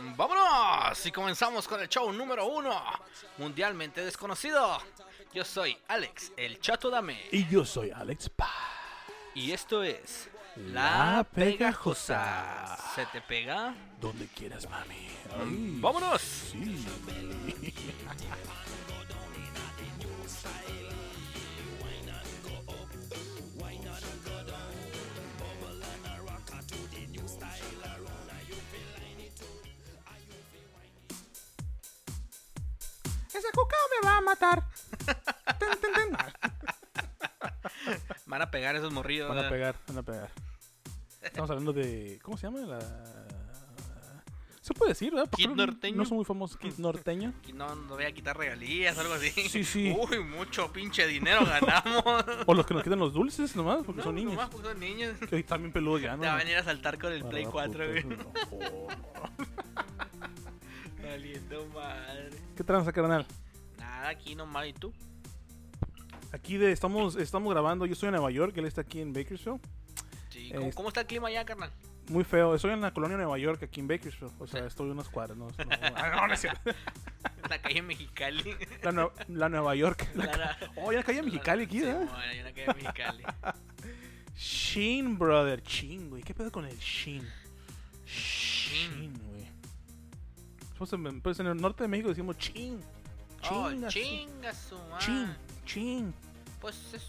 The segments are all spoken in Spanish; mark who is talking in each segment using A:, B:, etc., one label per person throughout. A: Mm, Vámonos y comenzamos con el show número uno, mundialmente desconocido. Yo soy Alex, el Chato Dame,
B: Y yo soy Alex Paz.
A: y esto es
B: La Pegajosa.
A: ¿Se te pega?
B: Donde quieras, mami. Ay,
A: Vámonos.
B: Sí.
C: Esa cuca me va a matar. Ten, ten, ten.
A: Van a pegar esos morridos.
B: Van a
A: ¿eh?
B: pegar, van a pegar. Estamos hablando de. ¿Cómo se llama? La. Se puede decir, ¿verdad? Porque
A: Kid
B: no-
A: norteño.
B: No son muy famosos Kid norteño.
A: Y No, no voy a quitar regalías o algo así.
B: Sí, sí.
A: Uy, mucho pinche dinero ganamos.
B: O los que nos quitan los dulces nomás, porque
A: No,
B: son niños.
A: nomás porque son niños.
B: Que hoy también peludos ya, ¿no?
A: Te va a venir a saltar con el Play
B: Ah,
A: 4, güey.
B: puta, no, joder.
A: Valiendo madre.
B: ¿Qué tranza, carnal?
A: Nada, aquí nomás. ¿Y tú?
B: Aquí de, estamos, estamos grabando. Yo estoy en Nueva York, él está aquí en Bakersfield.
A: Sí, ¿cómo,
B: Es-
A: cómo está el clima allá, carnal?
B: Muy feo. Estoy en la colonia de Nueva York, aquí en Bakersfield. O sea, estoy unas cuadras. No, no, no, no es cierto.
A: La calle Mexicali.
B: La, Nue- la Nueva York. La,
A: La-
B: oh, ya calle Mexicali aquí,
A: Sí,
B: ¿verdad?
A: bueno, hay una calle Mexicali.
B: Shin, brother. Shin, güey. ¿Qué pedo con el Shin? Shin, güey. Pues en, pues en el norte de México decimos chin.
A: Oh,
B: Chin. así.
A: chinga su madre.
B: Chin. Chin.
A: Pues es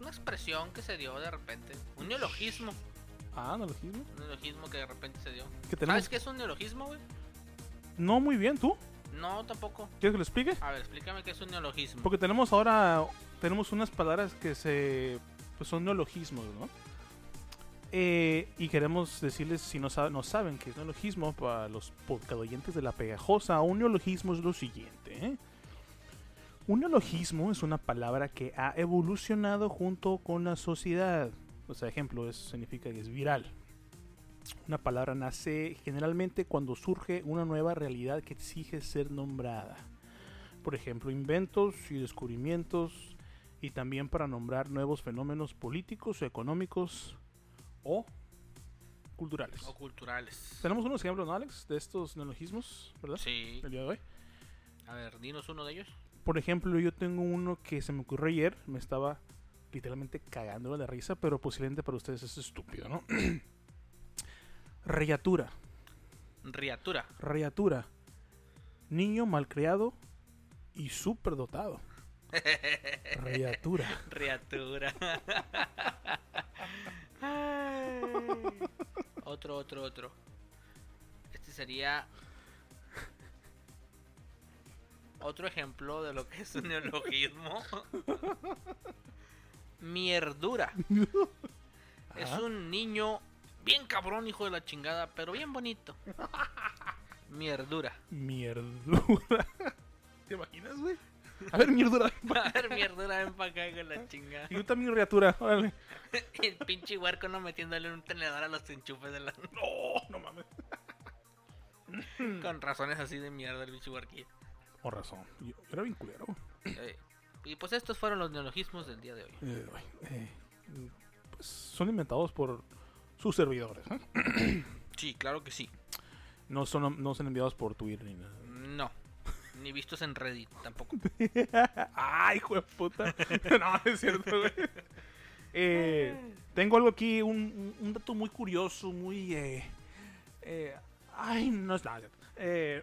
A: una expresión que se dio de repente. Un neologismo.
B: Ah, neologismo.
A: Un neologismo que de repente se dio.
B: ¿Qué
A: ¿Sabes
B: tenemos?
A: qué Ah, es un neologismo, güey?
B: No muy bien, ¿tú?
A: No, tampoco.
B: ¿Quieres que lo explique?
A: A ver, explícame qué es un neologismo.
B: Porque tenemos ahora. Tenemos unas palabras que se. Pues son neologismos, ¿no? Eh, y queremos decirles, si no, sa- no saben qué es neologismo, para los podcadoyentes de la pegajosa, un neologismo es lo siguiente. ¿eh? Un neologismo es una palabra que ha evolucionado junto con la sociedad. O sea, ejemplo, eso significa que es viral. Una palabra nace generalmente cuando surge una nueva realidad que exige ser nombrada. Por ejemplo, inventos y descubrimientos y también para nombrar nuevos fenómenos políticos o económicos o culturales.
A: O culturales.
B: Tenemos unos ejemplos, ¿no, Alex? De estos neologismos, ¿verdad?
A: Sí.
B: El día de hoy.
A: A ver, dinos uno de ellos.
B: Por ejemplo, yo tengo uno que se me ocurrió ayer, me estaba literalmente cagando de la risa, pero posiblemente para ustedes es estúpido, ¿no? Rellatura,
A: Riatura.
B: rellatura. Niño malcriado y superdotado. Rellatura.
A: Riatura. otro, otro, otro. Este sería otro ejemplo de lo que es un neologismo. Mierdura. Es
B: Ajá.
A: un niño bien cabrón, hijo de la chingada, pero bien bonito. Mierdura.
B: Mierdura. ¿Te imaginas, güey? A ver, mierdura.
A: A ver, mierdura, ven para acá, hijo de la chingada.
B: Y yo también reatura. Órale.
A: Y el pinche huerco no metiéndole un tenedor a los enchufes de la...
B: No, no mames.
A: Con razones así de mierda el pinche huerquillo.
B: Con razón. Yo, yo era bien culero.
A: Eh, y pues estos fueron los neologismos del día de hoy.
B: Eh, güey, eh, pues, son inventados por sus servidores. ¿eh?
A: Sí, claro que sí.
B: No, son, no son enviados por Twitter ni nada.
A: No. Ni vistos en Reddit tampoco.
B: ¡Ay, hijo de puta! no, no es cierto, güey. Eh, tengo algo aquí, un, un- un dato muy curioso, muy. eh, eh, ay, no es nada. cierto. Eh,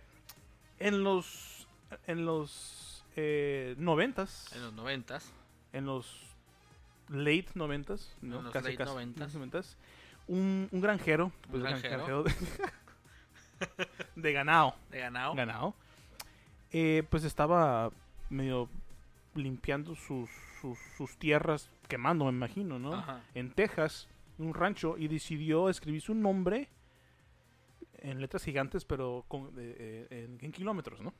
B: en los. En los. eh, noventas.
A: En los noventas.
B: En los. Late noventas. ¿no?
A: En los
B: casi,
A: late
B: casi,
A: noventas.
B: los noventas. Un, un granjero. pues,
A: granjero.
B: de, de ganado
A: De ganado.
B: ganado. Eh, pues estaba medio limpiando sus, sus, sus tierras, quemando, me imagino, ¿no?
A: Ajá.
B: En Texas, en un rancho, y decidió escribir su nombre en letras gigantes, pero con- eh, eh, en, en kilómetros, ¿no?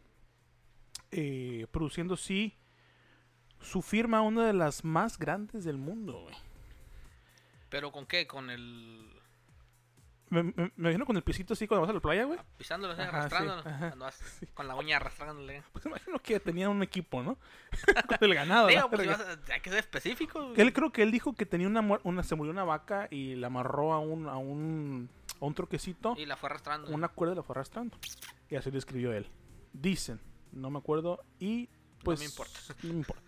B: Eh, produciendo, sí, su firma, una de las más grandes del mundo, güey.
A: ¿Pero con qué? Con el...
B: Me, me- me imagino con el pisito así cuando vas a la playa, güey.
A: Pisándolo, así,
B: Ajá, sí,
A: eh, arrastrándolo.
B: ajá,
A: Cuando vas Con la uña arrastrándole.
B: Pues me imagino que tenía un equipo, ¿no? con el ganado. la
A: Digo, pues,
B: verga.
A: si vas a- hay que ser específico.
B: Él creo que él dijo que tenía una, muer- una se murió una vaca y la amarró a un a un a un troquecito,
A: Y la fue arrastrando.
B: una cuerda la fue arrastrando. Y así lo escribió él. Dicen, no me acuerdo, y pues...
A: me importa.
B: no me importa.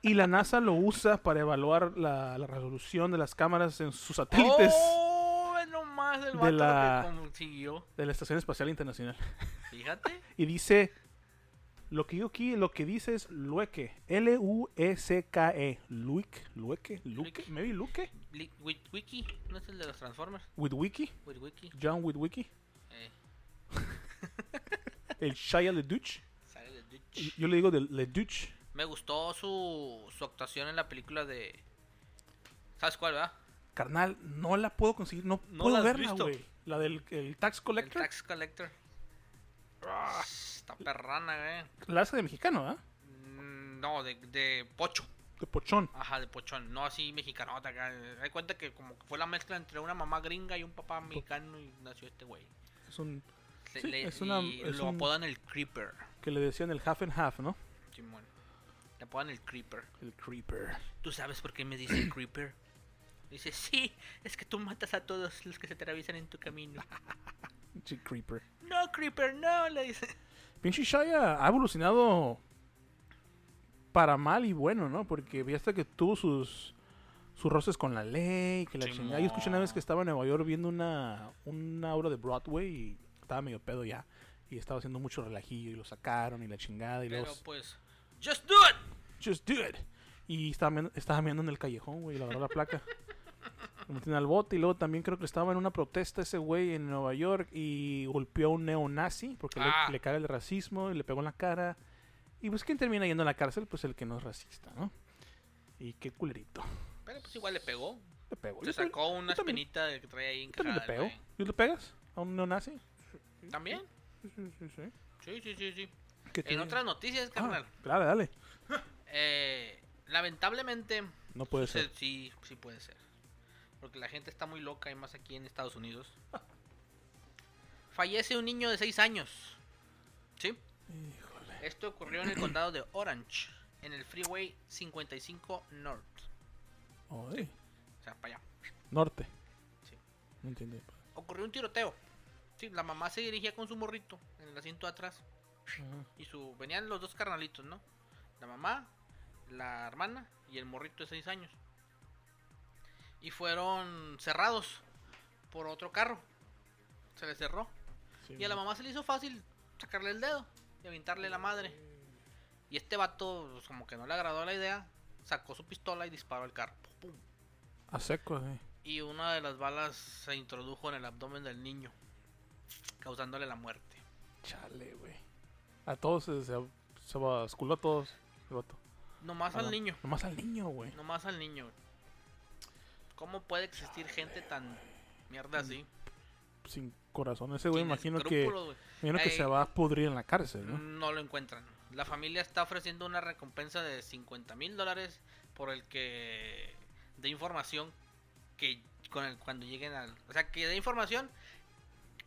B: Y la NASA lo usa para evaluar la, la resolución de las cámaras en sus satélites
A: ¡Oh! Ve nomás el
B: De
A: vato
B: la-
A: lo que consiguió.
B: de la Estación Espacial Internacional.
A: Fíjate.
B: Y dice, lo que yo aquí, lo que dice es Lueke, E L-U-E-C-K-E, Luke, Lueke, Luke,
A: Luke.
B: maybe Luke,
A: Li- Wit- Wiki, ¿no es el de los Transformers?
B: Witwiki,
A: Wit- Wiki.
B: John Witwiki,
A: Eh,
B: el Shia LeDuc,
A: sale de Ditch.
B: y- yo le digo de LeDuc,
A: Me gustó su, su actuación en la película de. ¿Sabes cuál, verdad?
B: carnal, no la puedo conseguir, no,
A: No la
B: puedo
A: has
B: verla,
A: visto.
B: güey. La del el Tax
A: El
B: Collector, Ah.
A: Tax Collector. Está perrana, eh.
B: la hace de mexicano, ¿ah?
A: Mm, No, de, de pocho.
B: De pochón.
A: Ajá, de pochón. No así mexicanota. acá. Hay cuenta que como que fue la mezcla entre una mamá gringa y un papá mexicano y nació este güey.
B: Es un,
A: Le-
B: Sí,
A: le-
B: es una-
A: y
B: es
A: lo
B: un-
A: apodan el Creeper.
B: que le decían el half and half, ¿no?
A: Simón. Le apodan el Creeper.
B: El Creeper.
A: ¿Tú sabes por qué me dice el Creeper? Dice, sí, es que tú matas a todos los que se te atraviesan en tu camino.
B: Sí, Creeper.
A: No, Creeper, no, le dice.
B: Pinche Shia ha evolucionado para mal y bueno, ¿no? Porque vi hasta que tuvo sus sus roces con la ley, que la
A: Simón.
B: chingada. Yo escuché una vez que estaba en Nueva York viendo una, una obra de Broadway y estaba medio pedo ya. Y estaba haciendo mucho relajillo y lo sacaron y la chingada y
A: Pero
B: los...
A: pues, just do it.
B: Just do it. Y estaba meando, estaba meando en el callejón, güey, y le agarró la placa. Lo metieron al bote y luego también creo que estaba en una protesta ese güey en Nueva York y golpeó a un neonazi porque le-
A: Ah.
B: le, caga el racismo y le pegó en la cara. Y pues ¿quién termina yendo a la cárcel? Pues el que no es racista, ¿no? Y qué culerito.
A: Pero pues igual le pegó.
B: Le pegó.
A: Le
B: Yo también-
A: sacó una
B: yo también-
A: espinita de que traía ahí
B: yo también le
A: encajada
B: pego.
A: el
B: ¿Y le pegas a un neonazi?
A: güey. ¿También?
B: Sí, sí, sí, sí.
A: Sí, sí, sí, sí.
B: ¿Qué
A: En
B: tiene?
A: otras noticias,
B: Ah,
A: carnal.
B: dale, dale.
A: eh, lamentablemente,
B: No puede
A: se-
B: ser.
A: sí, sí puede ser. Porque la gente está muy loca y más aquí en Estados Unidos. Fallece un niño de 6 años. ¿Sí?
B: Híjole.
A: Esto ocurrió en el condado de Orange, en el Freeway 55 North.
B: Oye.
A: O sea, para allá.
B: Norte.
A: Sí.
B: No entiendo.
A: ocurrió un tiroteo. Sí, la mamá se dirigía con su morrito en el asiento de atrás
B: Ajá.
A: y su venían los dos carnalitos, ¿no? La mamá, la hermana y el morrito de 6 años. Y fueron cerrados por otro carro. Se le cerró
B: Sí,
A: y a la mamá se le hizo fácil sacarle el dedo y aventarle la madre. Y este vato pues, como que no le agradó la idea, sacó su pistola y disparó al carro. Pum, pum.
B: A seco, sí.
A: y una de las balas se introdujo en el abdomen del niño, causándole la muerte.
B: Chale, güey. A todos se, se, se basculó a todos. El vato.
A: Nomás
B: Ah,
A: al niño,
B: Nomás al niño, güey.
A: nomás al niño. ¿Cómo puede existir gente tan mierda así?
B: Sin corazón. Ese güey
A: Sin
B: imagino que,
A: escrúpulos, güey.
B: imagino que
A: Ey. Mm,
B: se va a pudrir en la cárcel, ¿no?
A: No lo encuentran. La familia está ofreciendo una recompensa de 50 mil dólares por el que dé información que con el, cuando lleguen al... O sea, que dé información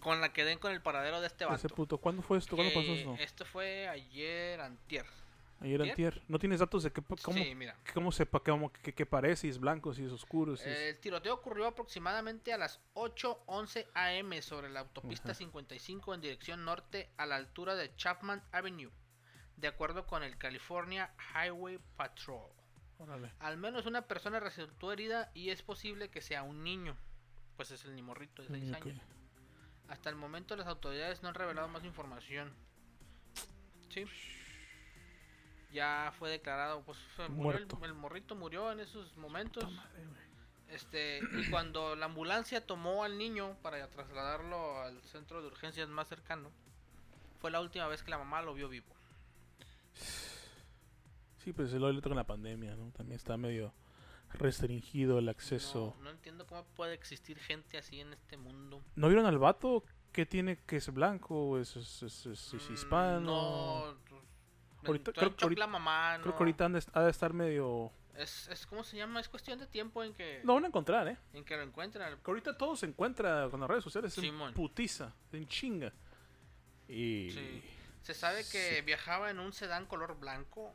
A: con la que den con el paradero de este
B: Ese
A: vato.
B: puto. ¿Cuándo fue esto? Pues, ¿Cuándo pasó
A: Que
B: esto?
A: Esto fue ayer, antier.
B: Ayer
A: ¿Antier?
B: antier. ¿No tienes datos de qué, pa- cómo,
A: Sí, mira.
B: cómo sepa cómo, qué, qué parece? Si es blanco, si es oscuro, si es...
A: Eh, El tiroteo ocurrió aproximadamente a las 8:11 a.m. sobre la autopista
B: Ajá.
A: 55 en dirección norte a la altura de Chapman Avenue, de acuerdo con el California Highway Patrol.
B: Órale.
A: Al menos una persona resultó herida y es posible que sea un niño, pues es el nimorrito de 6
B: Mm, ok.
A: años. Hasta el momento las autoridades no han revelado más información. Sí. Ya fue declarado, pues se murió el,
B: Muerto.
A: el morrito murió en esos momentos.
B: Puta madre, güey.
A: Este, y cuando la ambulancia tomó al niño para trasladarlo al centro de urgencias más cercano, fue la última vez que la mamá lo vio vivo.
B: Sí, pues el otro con la pandemia, ¿no? También está medio restringido el acceso.
A: No, no entiendo cómo puede existir gente así en este mundo.
B: ¿No vieron al vato? ¿Qué tiene que es blanco? o ¿Es, es, es, es- es
A: Mm,
B: hispano?
A: No, pues, me
B: Ahorita-
A: entró en
B: creo que
A: shock
B: ahorita-
A: la mamá.
B: Creo
A: no.
B: que ahorita han de- ha de estar medio.
A: Es, es, ¿cómo se llama? Es cuestión de tiempo en que,
B: Lo van a encontrar, ¿eh?
A: en que lo encuentran.
B: Que ahorita todo se encuentra con las redes sociales en
A: Simón.
B: putiza, en chinga. Y.
A: Sí. Se sabe que
B: Sí.
A: viajaba en un sedán color blanco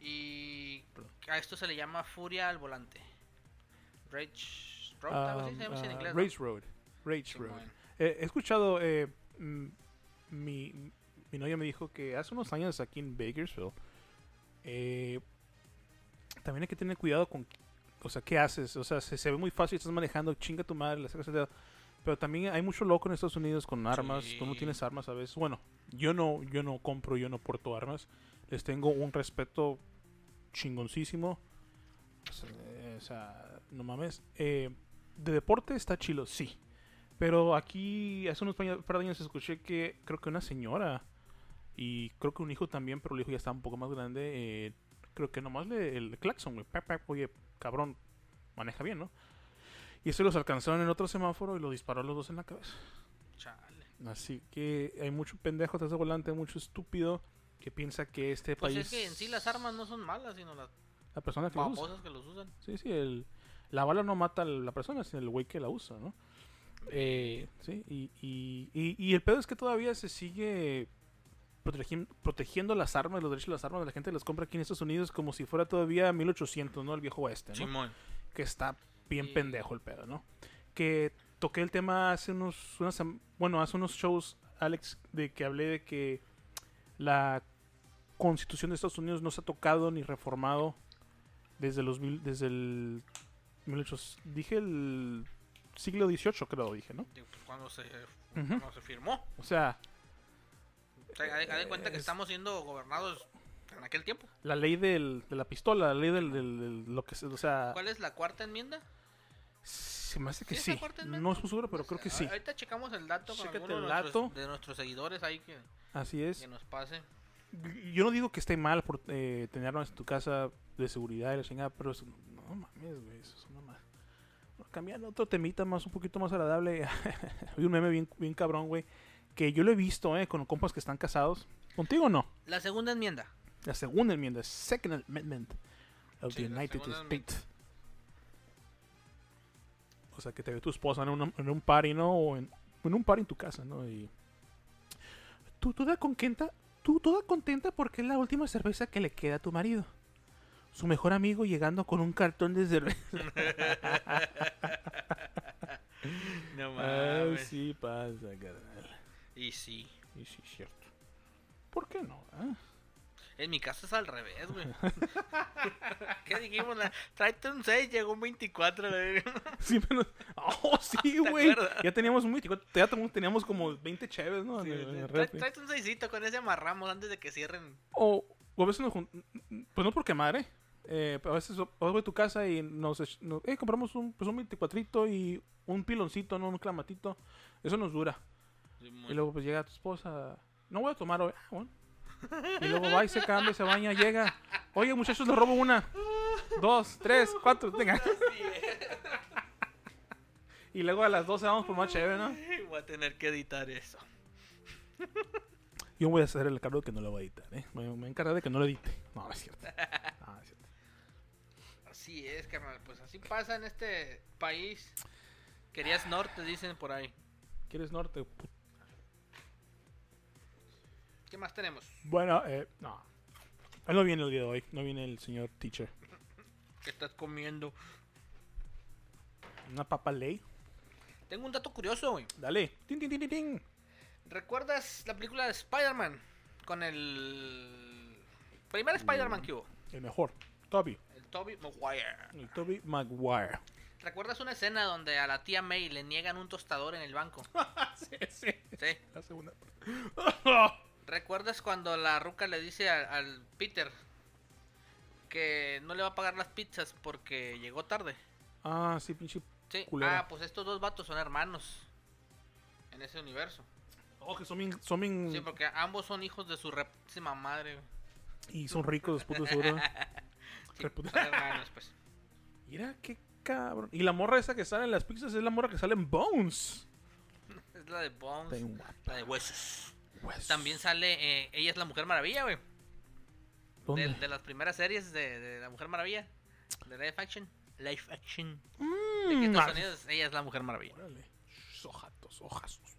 A: y
B: Perdón.
A: a esto se le llama furia al volante. Rage Road,
B: ah,
A: algo así se llama
B: ah,
A: en inglés. ¿no?
B: Race Road. Rage
A: Simón.
B: Road. Eh, he escuchado, eh, mm, mi, mi novia me dijo que hace unos años aquí en Bakersfield, eh, también hay que tener cuidado con, o sea, qué haces. O sea, se, se ve muy fácil, estás manejando, chinga tu madre, le sacas el dedo. Pero también hay mucho loco en Estados Unidos con armas. Tú no
A: Sí.
B: tienes armas a veces. Bueno, yo no, yo no compro, yo no porto armas. Les tengo un respeto chingoncísimo. O sea, eh, o sea, no mames. Eh, de deporte está chilo, sí. Pero aquí hace unos paña- par de años escuché que creo que una señora y creo que un hijo también, pero el hijo ya está un poco más grande. eh, creo que nomás le, el claxon, güey. pa, pa, Oye, cabrón, maneja bien, ¿no? Y eso los alcanzaron en otro semáforo y los disparó a los dos en la cabeza.
A: Chale.
B: Así que hay mucho pendejo atrás de volante, mucho estúpido que piensa que este
A: Pues
B: país.
A: es que en sí las armas no son malas, sino las
B: La persona que los usa.
A: babosas que los usan.
B: Sí, sí, el, la bala no mata a la persona, sino el güey que la usa, ¿no? Eh, sí, y, y, y- y el pedo es que todavía se sigue protegi- protegiendo las armas, los derechos de las armas de la gente que las compra aquí en Estados Unidos como si fuera todavía 1800, ¿no? El viejo oeste, ¿no?
A: Simón.
B: que está bien
A: Sí.
B: pendejo el pedo, ¿no? Que toqué el tema hace unos, unas sem- bueno, hace unos shows, Alex, de que hablé de que la Constitución de Estados Unidos no se ha tocado ni reformado desde los mil, desde el 1800, dije el siglo XVIII, creo, dije, ¿no?
A: Digo, pues, Cuando se, cuando se firmó.
B: O sea,
A: O sea, haz de- haz de cuenta que
B: Es-
A: estamos siendo gobernados en aquel tiempo.
B: la ley del, de la pistola, la ley del, del- del- lo que se, o sea,
A: ¿Cuál es la cuarta enmienda?
B: se me hace que
A: ¿Es la
B: sí.
A: cuarta enmienda?
B: No estoy seguro, pero
A: No
B: creo
A: sé,
B: que sí.
A: a- Ahorita checamos el dato con
B: Chécate
A: alguno de,
B: el
A: nuestros-
B: dato.
A: de nuestros seguidores ahí que,
B: Así es.
A: que nos pase.
B: Yo no digo que esté mal por eh, tener armas en tu casa de seguridad y la chingada, pero eso- no mames, güey, eso es una ma- Bueno, Cambiando a otro temita más, un poquito más agradable. Hay un meme bien, bien cabrón, güey, que yo lo he visto, eh, con compas que están casados. ¿Contigo o no?
A: La segunda enmienda.
B: La segunda enmienda, Second Amendment of
A: Sí,
B: the
A: la
B: United
A: segunda
B: States. O sea, que te ve tu esposa en, una- en un party, ¿no? O en, en un party en tu casa, ¿no? Y tú toda contenta, tú toda contenta porque es la última cerveza que le queda a tu marido. Su mejor amigo llegando con un cartón de cerveza.
A: No
B: Ay, Ah, sí pasa, carnal.
A: Y sí.
B: Y sí, cierto. ¿Por qué no? ah?
A: En mi casa es al revés, güey. ¿Qué dijimos? La- Tráete un 6, llegó un 24. la verga.
B: Sí, pero- Oh, sí, güey.
A: acuerdas?
B: Ya teníamos muy. Ya teníamos- teníamos como 20 cheves, ¿no? En el- eh. en el
A: Tra-
B: refri.
A: Tráete un 6 con ese amarramos antes de que cierren.
B: O, o a veces nos jun- Pues no porque madre. Eh, pero a veces o- o voy a tu casa y nos, ech- nos- eh, compramos un, pues un 24 y un piloncito, ¿no? un clamatito. Eso nos dura. Y luego pues llega tu esposa. No voy a tomar hoy. Ah, bueno. Y luego va y se cambia, se baña, llega. Oye, muchachos, le robo una. Dos, tres, cuatro, tenga. Y luego a las 12 vamos por más chévere, ¿no?
A: Ay, Voy a tener que editar eso.
B: Yo voy a hacer el cargo de que no lo voy a editar, ¿eh? Me, me voy a encargar de que no lo edite. No, no es cierto. No, no es cierto.
A: Así es, carnal. Pues así pasa en este país. Querías norte, dicen por ahí.
B: ¿Quieres norte? Put-
A: ¿Qué más tenemos?
B: Bueno, eh, no. Él no viene el día de hoy. No viene el señor teacher.
A: ¿Qué estás comiendo?
B: Una papa ley.
A: Tengo un dato curioso, güey.
B: Dale. Tin, tin, tin, tin, tin.
A: ¿Recuerdas la película de Spider-Man? Con el. Primer Spider-Man
B: Mm.
A: que hubo.
B: El mejor. Toby.
A: El Toby Maguire.
B: El Toby Maguire.
A: ¿Recuerdas una escena donde a la tía May le niegan un tostador en el banco?
B: sí, sí.
A: Sí.
B: La segunda. parte.
A: ¿Recuerdas cuando la ruca le dice a- al Peter que no le va a pagar las pizzas porque llegó tarde?
B: Ah, sí, pinche.
A: Sí.
B: Culera.
A: Ah, pues estos dos vatos son hermanos. En ese universo.
B: Oh, que son bien. Son bien-
A: Sí, porque ambos son hijos de su reptísima madre. güey.
B: Y son ricos, los putos seguro.
A: Sí,
B: Reputa-
A: son hermanos, pues.
B: Mira qué cabrón. Y la morra esa que sale en las pizzas es la morra que sale en Bones.
A: Es la de Bones.
B: Está bien guapa.
A: La de Huesos.
B: Huesos.
A: También sale. eh, ella es la Mujer Maravilla, güey.
B: ¿Dónde?
A: De, de las primeras series de, de la Mujer Maravilla. De Life Action. Life Action. De aquí
B: Mm,
A: en
B: ah,
A: Estados Unidos, ella es la Mujer Maravilla.
B: Órale. Sojatos, ojazos.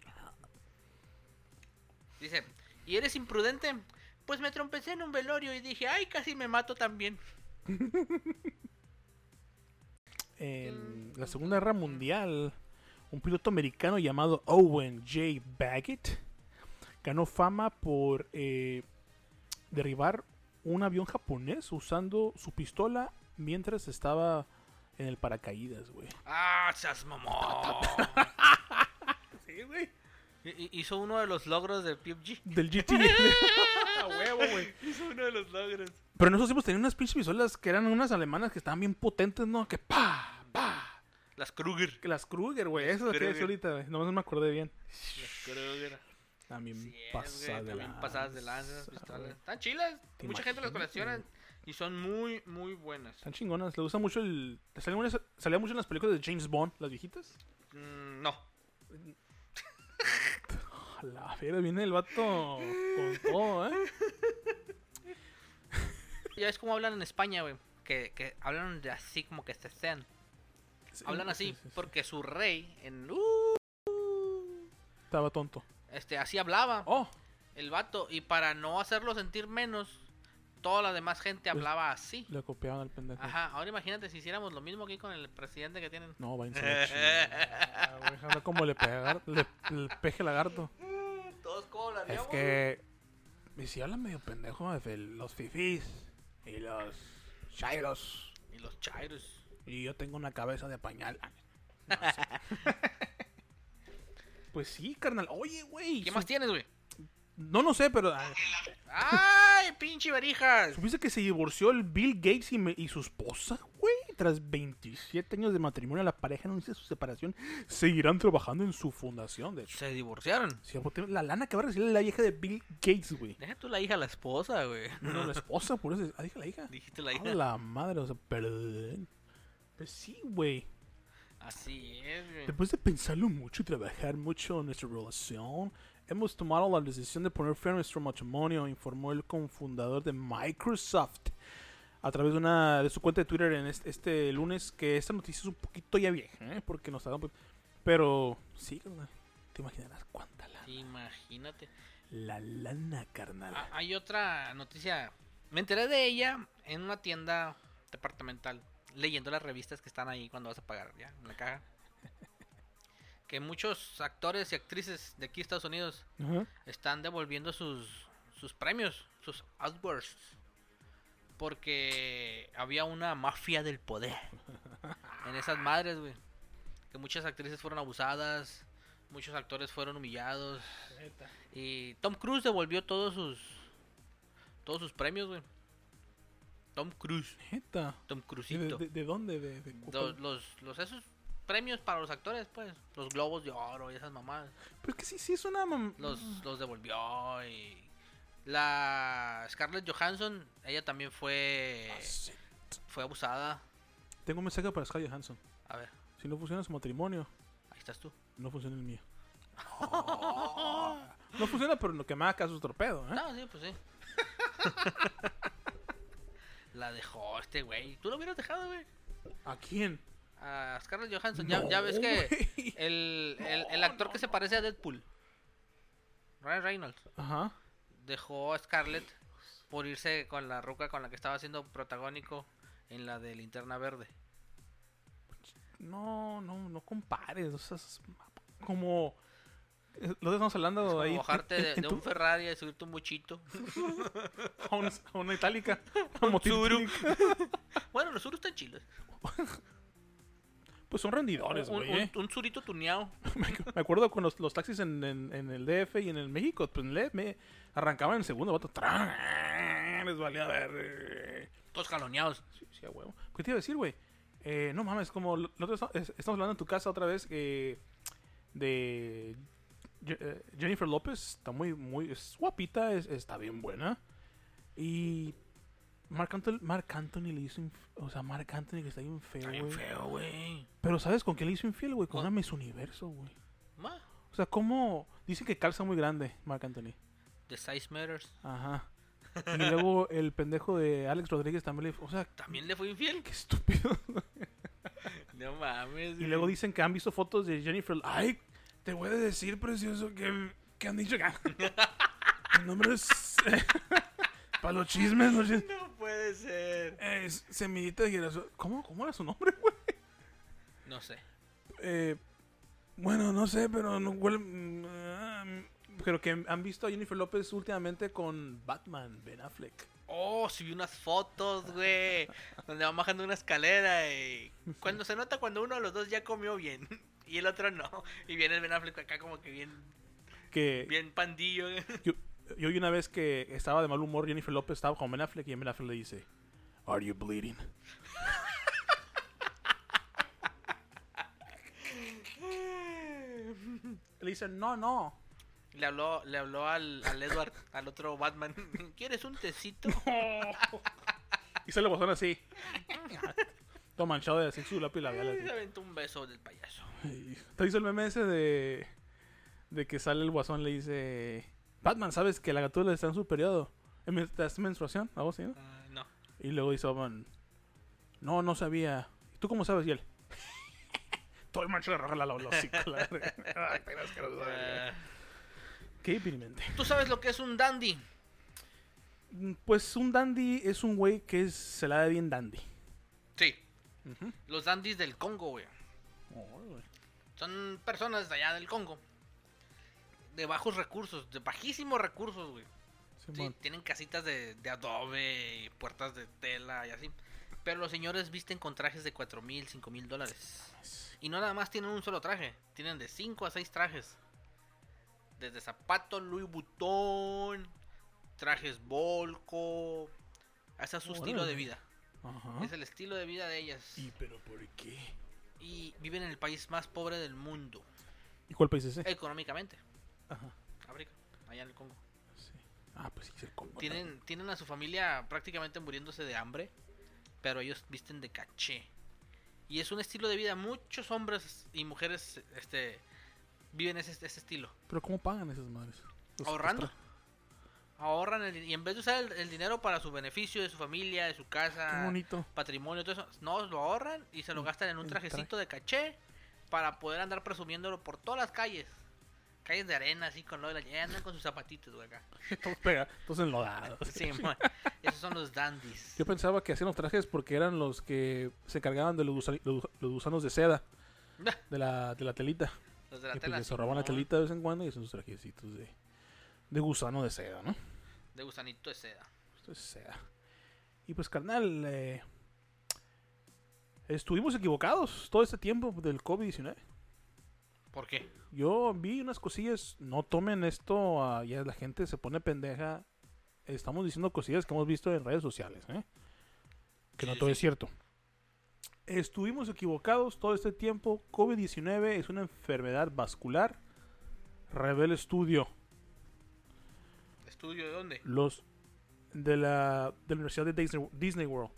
A: Dice, ¿y eres imprudente? Pues me trompecé en un velorio y dije, ay, casi me mato también.
B: en la Segunda Guerra Mundial, un piloto americano llamado Owen J. Baggett ganó fama por eh, derribar un avión japonés usando su pistola mientras estaba en el paracaídas, güey.
A: ¡Ah, seas mamón!
B: Sí, güey.
A: Hi- hi- Hizo uno de los logros de PUBG.
B: Del GTA. Ah, A huevo, güey.
A: Hizo uno de los logros.
B: Pero en esos tiempos tenían unas pinches pistolas que eran unas alemanas que estaban bien potentes, ¿no? Que pa, pa.
A: Las Kruger.
B: Que las Kruger, güey. Esas las que
A: Kruger.
B: decía ahorita, güey. Nomás no me acordé bien.
A: Las Kruger.
B: También,
A: Sí, es,
B: pasadas,
A: güey,
B: de
A: también
B: lanza,
A: pasadas de lanzas,
B: güey.
A: pistolas. Están chilas.
B: ¿Te
A: Mucha gente las
B: imaginas,
A: colecciona y son muy, muy buenas.
B: Están chingonas. Le gusta mucho el. Salía mucho, salía mucho en las películas de James Bond, las viejitas.
A: Mm, no.
B: A la vera, viene el vato con todo, ¿eh?
A: Ya es como hablan en España, güey. Que, que hablan de así como que se sean.
B: Sí,
A: Hablan
B: sí,
A: así
B: sí, sí.
A: porque su rey en... uh,
B: Estaba tonto.
A: este, así hablaba
B: Oh,
A: el vato. Y para no hacerlo sentir menos, toda la demás gente
B: Pues-
A: hablaba así.
B: le copiaban al pendejo.
A: Ajá, ahora imagínate si hiciéramos lo mismo aquí con el presidente que tienen.
B: No, váyanse a la chingada, güey. Habla como le, pegar, le, le peje lagarto. Mm,
A: Todos como
B: Es que. Y si hablan medio pendejo, es el- los fifís y los chairos.
A: Y los chairos.
B: Y yo tengo una cabeza de pañal. Ah, No, sí. pues sí, carnal. Oye, güey.
A: ¿Qué
B: su-
A: más tienes, güey?
B: No, no sé, pero. ah,
A: ¡Ay, pinche verijas!
B: ¿Supiste que se divorció el Bill Gates y, me- y su esposa, güey? Tras 27 años de matrimonio, la pareja anuncia su separación. Seguirán trabajando en su fundación, de hecho.
A: Se divorciaron.
B: Sí, porque la lana que va a recibir la vieja de Bill Gates, güey.
A: Deja tú la hija, la esposa, güey.
B: No, la esposa, por eso. Ah, dije la hija.
A: Dijiste la
B: A
A: hija.
B: la madre, o sea, perdón. Pues sí, güey.
A: Así es, güey.
B: Después de pensarlo mucho y trabajar mucho en nuestra relación, hemos tomado la decisión de poner fin a nuestro matrimonio, informó el cofundador de Microsoft a través de una de su cuenta de Twitter en este, este lunes, que esta noticia es un poquito ya vieja, ¿eh? porque nos tardamos. Pero sí, carnal, te imaginarás cuánta lana.
A: Imagínate.
B: La lana, carnal.
A: Ah, hay otra noticia. Me enteré de ella en una tienda departamental, leyendo las revistas que están ahí cuando vas a pagar, ya, en la caja. Que muchos actores y actrices de aquí Estados Unidos
B: Ajá.
A: están devolviendo sus, sus premios, sus awards. Porque había una mafia del poder en esas madres, güey. Que muchas actrices fueron abusadas, muchos actores fueron humillados. Y Tom Cruise devolvió todos sus todos sus premios, güey. Tom Cruise,
B: Neta.
A: Tom
B: ¿De,
A: Cruisito.
B: de- de dónde? ¿De, de Cuba?
A: Los, los, los- esos premios para los actores, pues, los globos de oro y esas mamadas.
B: Pues que sí, sí, es una mam-
A: los, los devolvió y la Scarlett Johansson, ella también fue
B: Ah, sí.
A: fue abusada.
B: Tengo un mensaje para Sky Johansson.
A: A ver,
B: Si no funciona su matrimonio,
A: ahí estás tú.
B: no funciona el mío. no funciona, pero lo que me haga caso es torpedo, ¿eh?
A: No, sí, pues sí. la dejó este güey. ¿Tú lo hubieras dejado, güey?
B: ¿A quién?
A: A Scarlett Johansson. Ya, ya ves
B: No,
A: que
B: güey.
A: el, el, el
B: No,
A: actor que se parece a Deadpool, Ryan Reynolds,
B: Ajá.
A: dejó a Scarlett por irse con la ruca con la que estaba siendo protagónico en la de Linterna Verde.
B: No, no, no compares. O sea, es como. eh, Lo estamos hablando
A: Es como
B: ahí.
A: bajarte
B: en-
A: de,
B: en
A: de
B: tu-
A: un Ferrari y subirte un buchito.
B: a, una, a una itálica. A moto
A: Subaru.
B: itálica.
A: Bueno, los suros están chilos.
B: Pues son rendidores,
A: un,
B: güey.
A: un-
B: ¿eh?
A: un surito tuneado.
B: Me acu- me acuerdo con los, los taxis en, en- en el DF y en el México. Pues le, me arrancaban en el segundo, vato. tran, Les valía ver. eh,
A: Todos jaloneados.
B: Sí, sí, a huevo. ¿Qué te iba a decir, güey? Eh, no mames, como lo- lo otro esta- es- estamos hablando en tu casa otra vez eh, de Je- eh, Jennifer López. Está muy, muy es guapita, es- está bien buena. Y Mark Anthony, Mark Anthony le hizo. inf- O sea, Mark Anthony que está bien feo,
A: Está bien
B: güey.
A: feo, güey.
B: Pero ¿sabes con qué le hizo infiel, güey? Con
A: Con-
B: una Miss Universo, güey.
A: Ma,
B: O sea, ¿cómo? Dicen que calza muy grande, Marc Anthony.
A: The Size Matters.
B: Ajá. Y luego el pendejo de Alex Rodríguez también le. O sea,
A: También le fue infiel.
B: qué estúpido.
A: No mames.
B: Y luego dicen que han visto fotos de Jennifer. Ay, te voy a decir, precioso, que, que han dicho que. Mi nombre es. Para los chismes, los chismes.
A: No puede ser.
B: Eh, semillita de girasol. ¿Cómo, ¿Cómo era su nombre, güey?
A: No sé.
B: Eh, Bueno, no sé, pero no huele. mm, ah, mm, Pero que han visto a Jennifer López últimamente con Batman, Ben Affleck.
A: Oh, sí vi unas fotos, güey. donde van bajando una escalera y... Cuando se nota cuando uno de los dos ya comió bien y el otro no. Y viene el Ben Affleck acá como que bien,
B: Que
A: bien pandillo.
B: yo, yo vi una vez que estaba de mal humor, Jennifer López estaba con Ben Affleck y Ben Affleck le dice: ¿Are you bleeding? Le dice: No, no.
A: Le habló, le habló al, al Edward, al otro Batman. ¿Quieres un tecito?
B: Y se le guasón así. Todo manchado de así su lápiz labial.
A: Y
B: así.
A: le aventó un beso del payaso.
B: Y Te hizo el meme ese de. De que sale el guasón le dice. Batman, ¿sabes que la gatúbela está en su periodo? ¿En men- ¿Estás en menstruación? ¿Algo así, no?
A: Ah, no.
B: Y luego dice Batman. No, no sabía. ¿Y tú cómo sabes? Y él. Todo el mancho le roja la la- la hocico, la verga. Ay, qué asqueroso, la verga.
A: Ah,
B: Qué deprimente.
A: ¿Tú sabes lo que es un dandy?
B: Mm, Pues un dandy es un güey que es- se la da bien dandy.
A: Sí. Los dandys del Congo, güey. Son personas de allá del Congo. De bajos recursos, de bajísimos recursos, güey. Sí,
B: Simón.
A: tienen casitas de, de adobe y puertas de tela y así. Pero los señores visten con trajes de 4 mil, 5 mil dólares. Y no nada más tienen un solo traje, tienen de 5 a 6 trajes. Desde zapatos Louis Vuitton, trajes Volco. Ese es su estilo de
B: Órale.
A: vida.
B: Ajá.
A: Es el estilo de vida de ellas.
B: ¿Y pero por qué?
A: Y viven en el país más pobre del mundo,
B: ¿Y cuál país es
A: Eh.
B: ese?
A: económicamente.
B: Ajá.
A: África, allá en el Congo.
B: Sí. Ah, pues sí, es el Congo.
A: Tienen, tienen a su familia prácticamente muriéndose de hambre, pero ellos visten de caché. Y es un estilo de vida, muchos hombres y mujeres este, viven ese, ese estilo.
B: Pero ¿cómo pagan esas madres? Los-
A: Ahorrando.
B: los tra-
A: Ahorran el- y en vez de usar el, el dinero para su beneficio, de su familia, de su
B: Qué
A: casa,
B: bonito.
A: patrimonio, todo eso, no, lo ahorran y se lo
B: Mm,
A: gastan en un
B: en traje.
A: trajecito de caché para poder andar presumiéndolo por todas las calles. Calles de arena, así con lo de la... y Andan con sus zapatitos, güey, acá.
B: Todos pega, todos enlodados.
A: Sí, mon. Esos son los dandies.
B: Yo pensaba que hacían los trajes porque eran los que se encargaban de los, gusan- los, los gusanos de seda, de la, de la telita.
A: Los de la
B: y pues
A: tela.
B: les ahorraban la
A: Simón,
B: telita de vez en cuando y hacían sus trajecitos de, de gusano de seda, ¿no?
A: De gusanito de seda.
B: Esto es seda. Y pues, carnal, eh, estuvimos equivocados todo este tiempo del COVID-19.
A: ¿Por qué?
B: Yo vi unas cosillas. No tomen esto. ah, ya la gente se pone pendeja. Estamos diciendo cosillas que hemos visto en redes sociales. ¿eh? Que no
A: Sí,
B: todo
A: sí.
B: es cierto. Estuvimos equivocados todo este tiempo. COVID-19 es una enfermedad vascular. Rebel estudio.
A: ¿Estudio de dónde?
B: Los de la, de la Universidad de Disney, Disney World.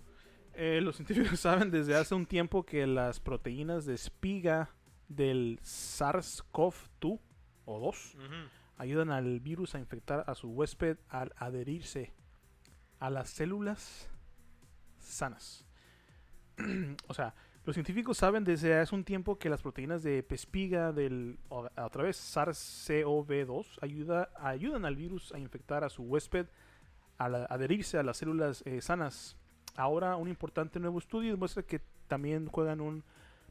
B: Eh, los científicos saben desde hace un tiempo que las proteínas de espiga del SARS-CoV-2 o 2
A: Ujú.
B: ayudan al virus a infectar a su huésped al adherirse a las células sanas. o sea, los científicos saben desde hace un tiempo que las proteínas de pespiga del o- a través SARS-CoV-2 ayuda, ayudan al virus a infectar a su huésped al a- adherirse a las células eh, sanas. Ahora, un importante nuevo estudio demuestra que también juegan un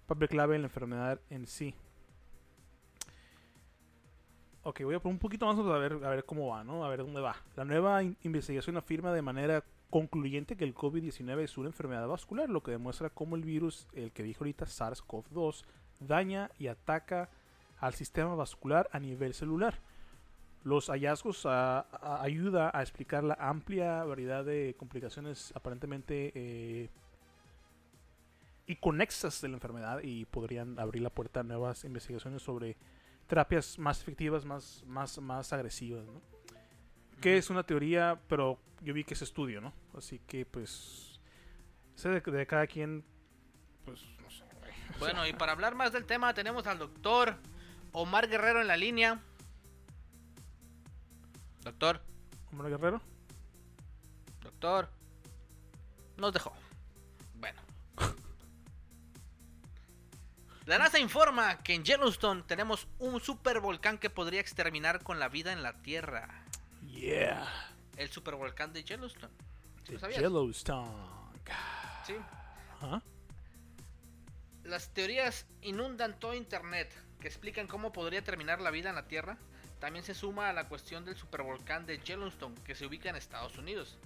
B: papel clave en la enfermedad en sí. Ok, voy a poner un poquito más a ver, a ver cómo va, ¿no? A ver dónde va. La nueva in- investigación afirma de manera concluyente que el COVID-19 es una enfermedad vascular, lo que demuestra cómo el virus, el que dijo ahorita SARS-CoV-2, daña y ataca al sistema vascular a nivel celular. Los hallazgos ah, ah, ayuda a explicar la amplia variedad de complicaciones aparentemente eh, y conexas de la enfermedad y podrían abrir la puerta a nuevas investigaciones sobre terapias más efectivas, más, más, más agresivas, ¿no? Que es una teoría, pero yo vi que es estudio, ¿no? Así que, pues, sé de, de cada quien, pues, no sé. güey.
A: Bueno, y para hablar más del tema tenemos al doctor Omar Guerrero en la línea. Doctor,
B: Homero Guerrero.
A: doctor. Nos dejó. Bueno. La NASA informa que en Yellowstone tenemos un supervolcán que podría exterminar con la vida en la Tierra.
B: Yeah.
A: El supervolcán de Yellowstone. ¿Sí
B: De
A: lo sabías?
B: Yellowstone.
A: Sí.
B: Ajá.
A: Las teorías inundan todo internet. que explican cómo podría terminar la vida en la Tierra, también se suma a la cuestión del supervolcán de Yellowstone que se ubica en Estados Unidos.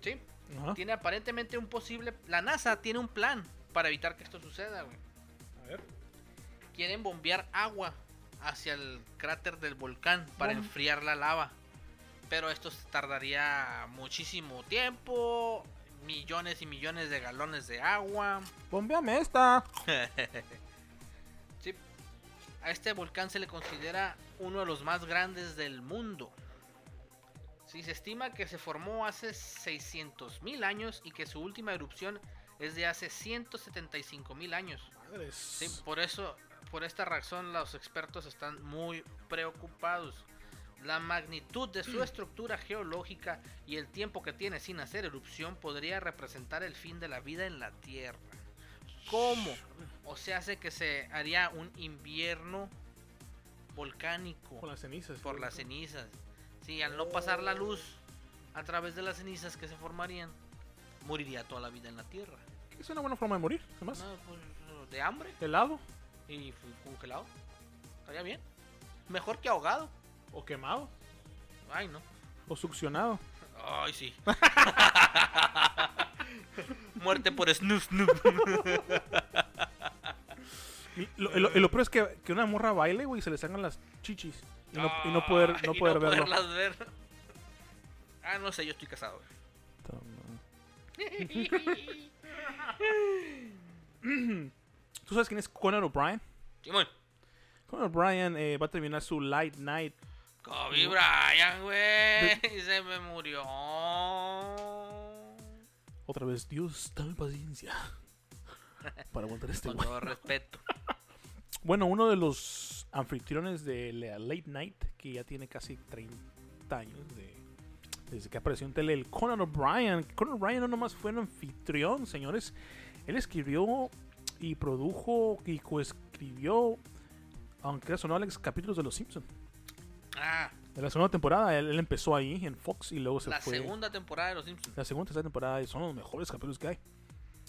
A: ¿Sí?
B: Ajá.
A: Tiene aparentemente un posible... La NASA tiene un plan para evitar que esto suceda, güey.
B: A ver.
A: Quieren bombear agua hacia el cráter del volcán para
B: Bom-
A: enfriar la lava. Pero esto se tardaría muchísimo tiempo, millones y millones de galones de agua.
B: Bombeame esta.
A: Sí. A este volcán se le considera uno de los más grandes del mundo. Sí, se estima que se formó hace 600.000 años y que su última erupción es de hace 175.000 años.
B: Madres.
A: Sí, por eso, por esta razón los expertos están muy preocupados. La magnitud de su estructura geológica y el tiempo que tiene sin hacer erupción podría representar el fin de la vida en la Tierra. ¿Cómo? O sea, hace que se haría un invierno volcánico
B: Por las cenizas.
A: por las cenizas. Sí, al no pasar la luz a través de las cenizas que se formarían, moriría toda la vida en la Tierra.
B: Es una buena forma de morir, además.
A: No, pues, ¿De hambre?
B: Helado
A: y fui congelado. Estaría bien. Mejor que ahogado.
B: o quemado
A: Ay, no.
B: o succionado.
A: Ay, sí. Muerte por snoop snoop.
B: Y lo, y lo-
A: Eh.
B: y lo peor es que, que una morra baile, güey, y se le salgan las chichis. Y no, y no poder, no
A: Ay,
B: poder verlo.
A: poderlas ver. Ah, no sé, yo estoy casado.
B: Toma. ¿Tú sabes quién es Conan O'Brien?
A: Simón.
B: Conan O'Brien eh, va a terminar su Light Night.
A: Kobe Bryant, güey. Se me murió.
B: Otra vez, Dios, dame paciencia. Para aguantar este
A: Con
B: güey.
A: todo respeto.
B: Bueno, uno de los anfitriones de la Late Night, que ya tiene casi 30 años de- desde que apareció en tele, el Conan O'Brien. Conan O'Brien no nomás fue un anfitrión, señores. Él escribió y produjo y coescribió, aunque sonó Alex, capítulos de Los Simpsons.
A: Ah,
B: De la segunda temporada, él, él empezó ahí en Fox y luego se
A: la
B: fue.
A: segunda temporada de Los Simpsons.
B: La segunda tercera temporada y son los mejores capítulos que hay.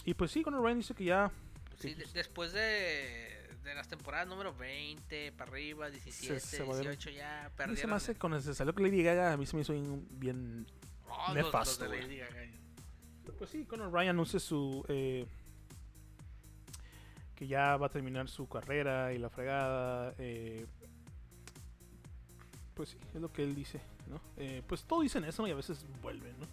B: Y pues sí, Conan O'Brien dice que ya
A: Sí,
B: Sí,
A: de-
B: pues.
A: después de, de las temporadas número 20 para arriba, 17,
B: se volvieron-
A: 18 ya
B: A mí
A: perdieron.
B: se me hace, cuando se salió Lady Gaga, a mí se me hizo bien. bien-
A: Oh, los-
B: nefasto,
A: los de Lady
B: güey.
A: Gaga.
B: Pues sí, Conan Ryan anuncia su. eh, que ya va a terminar su carrera y la fregada. eh, pues sí, es lo que él dice, ¿no? Eh, pues todos dicen eso y a veces vuelven, ¿no?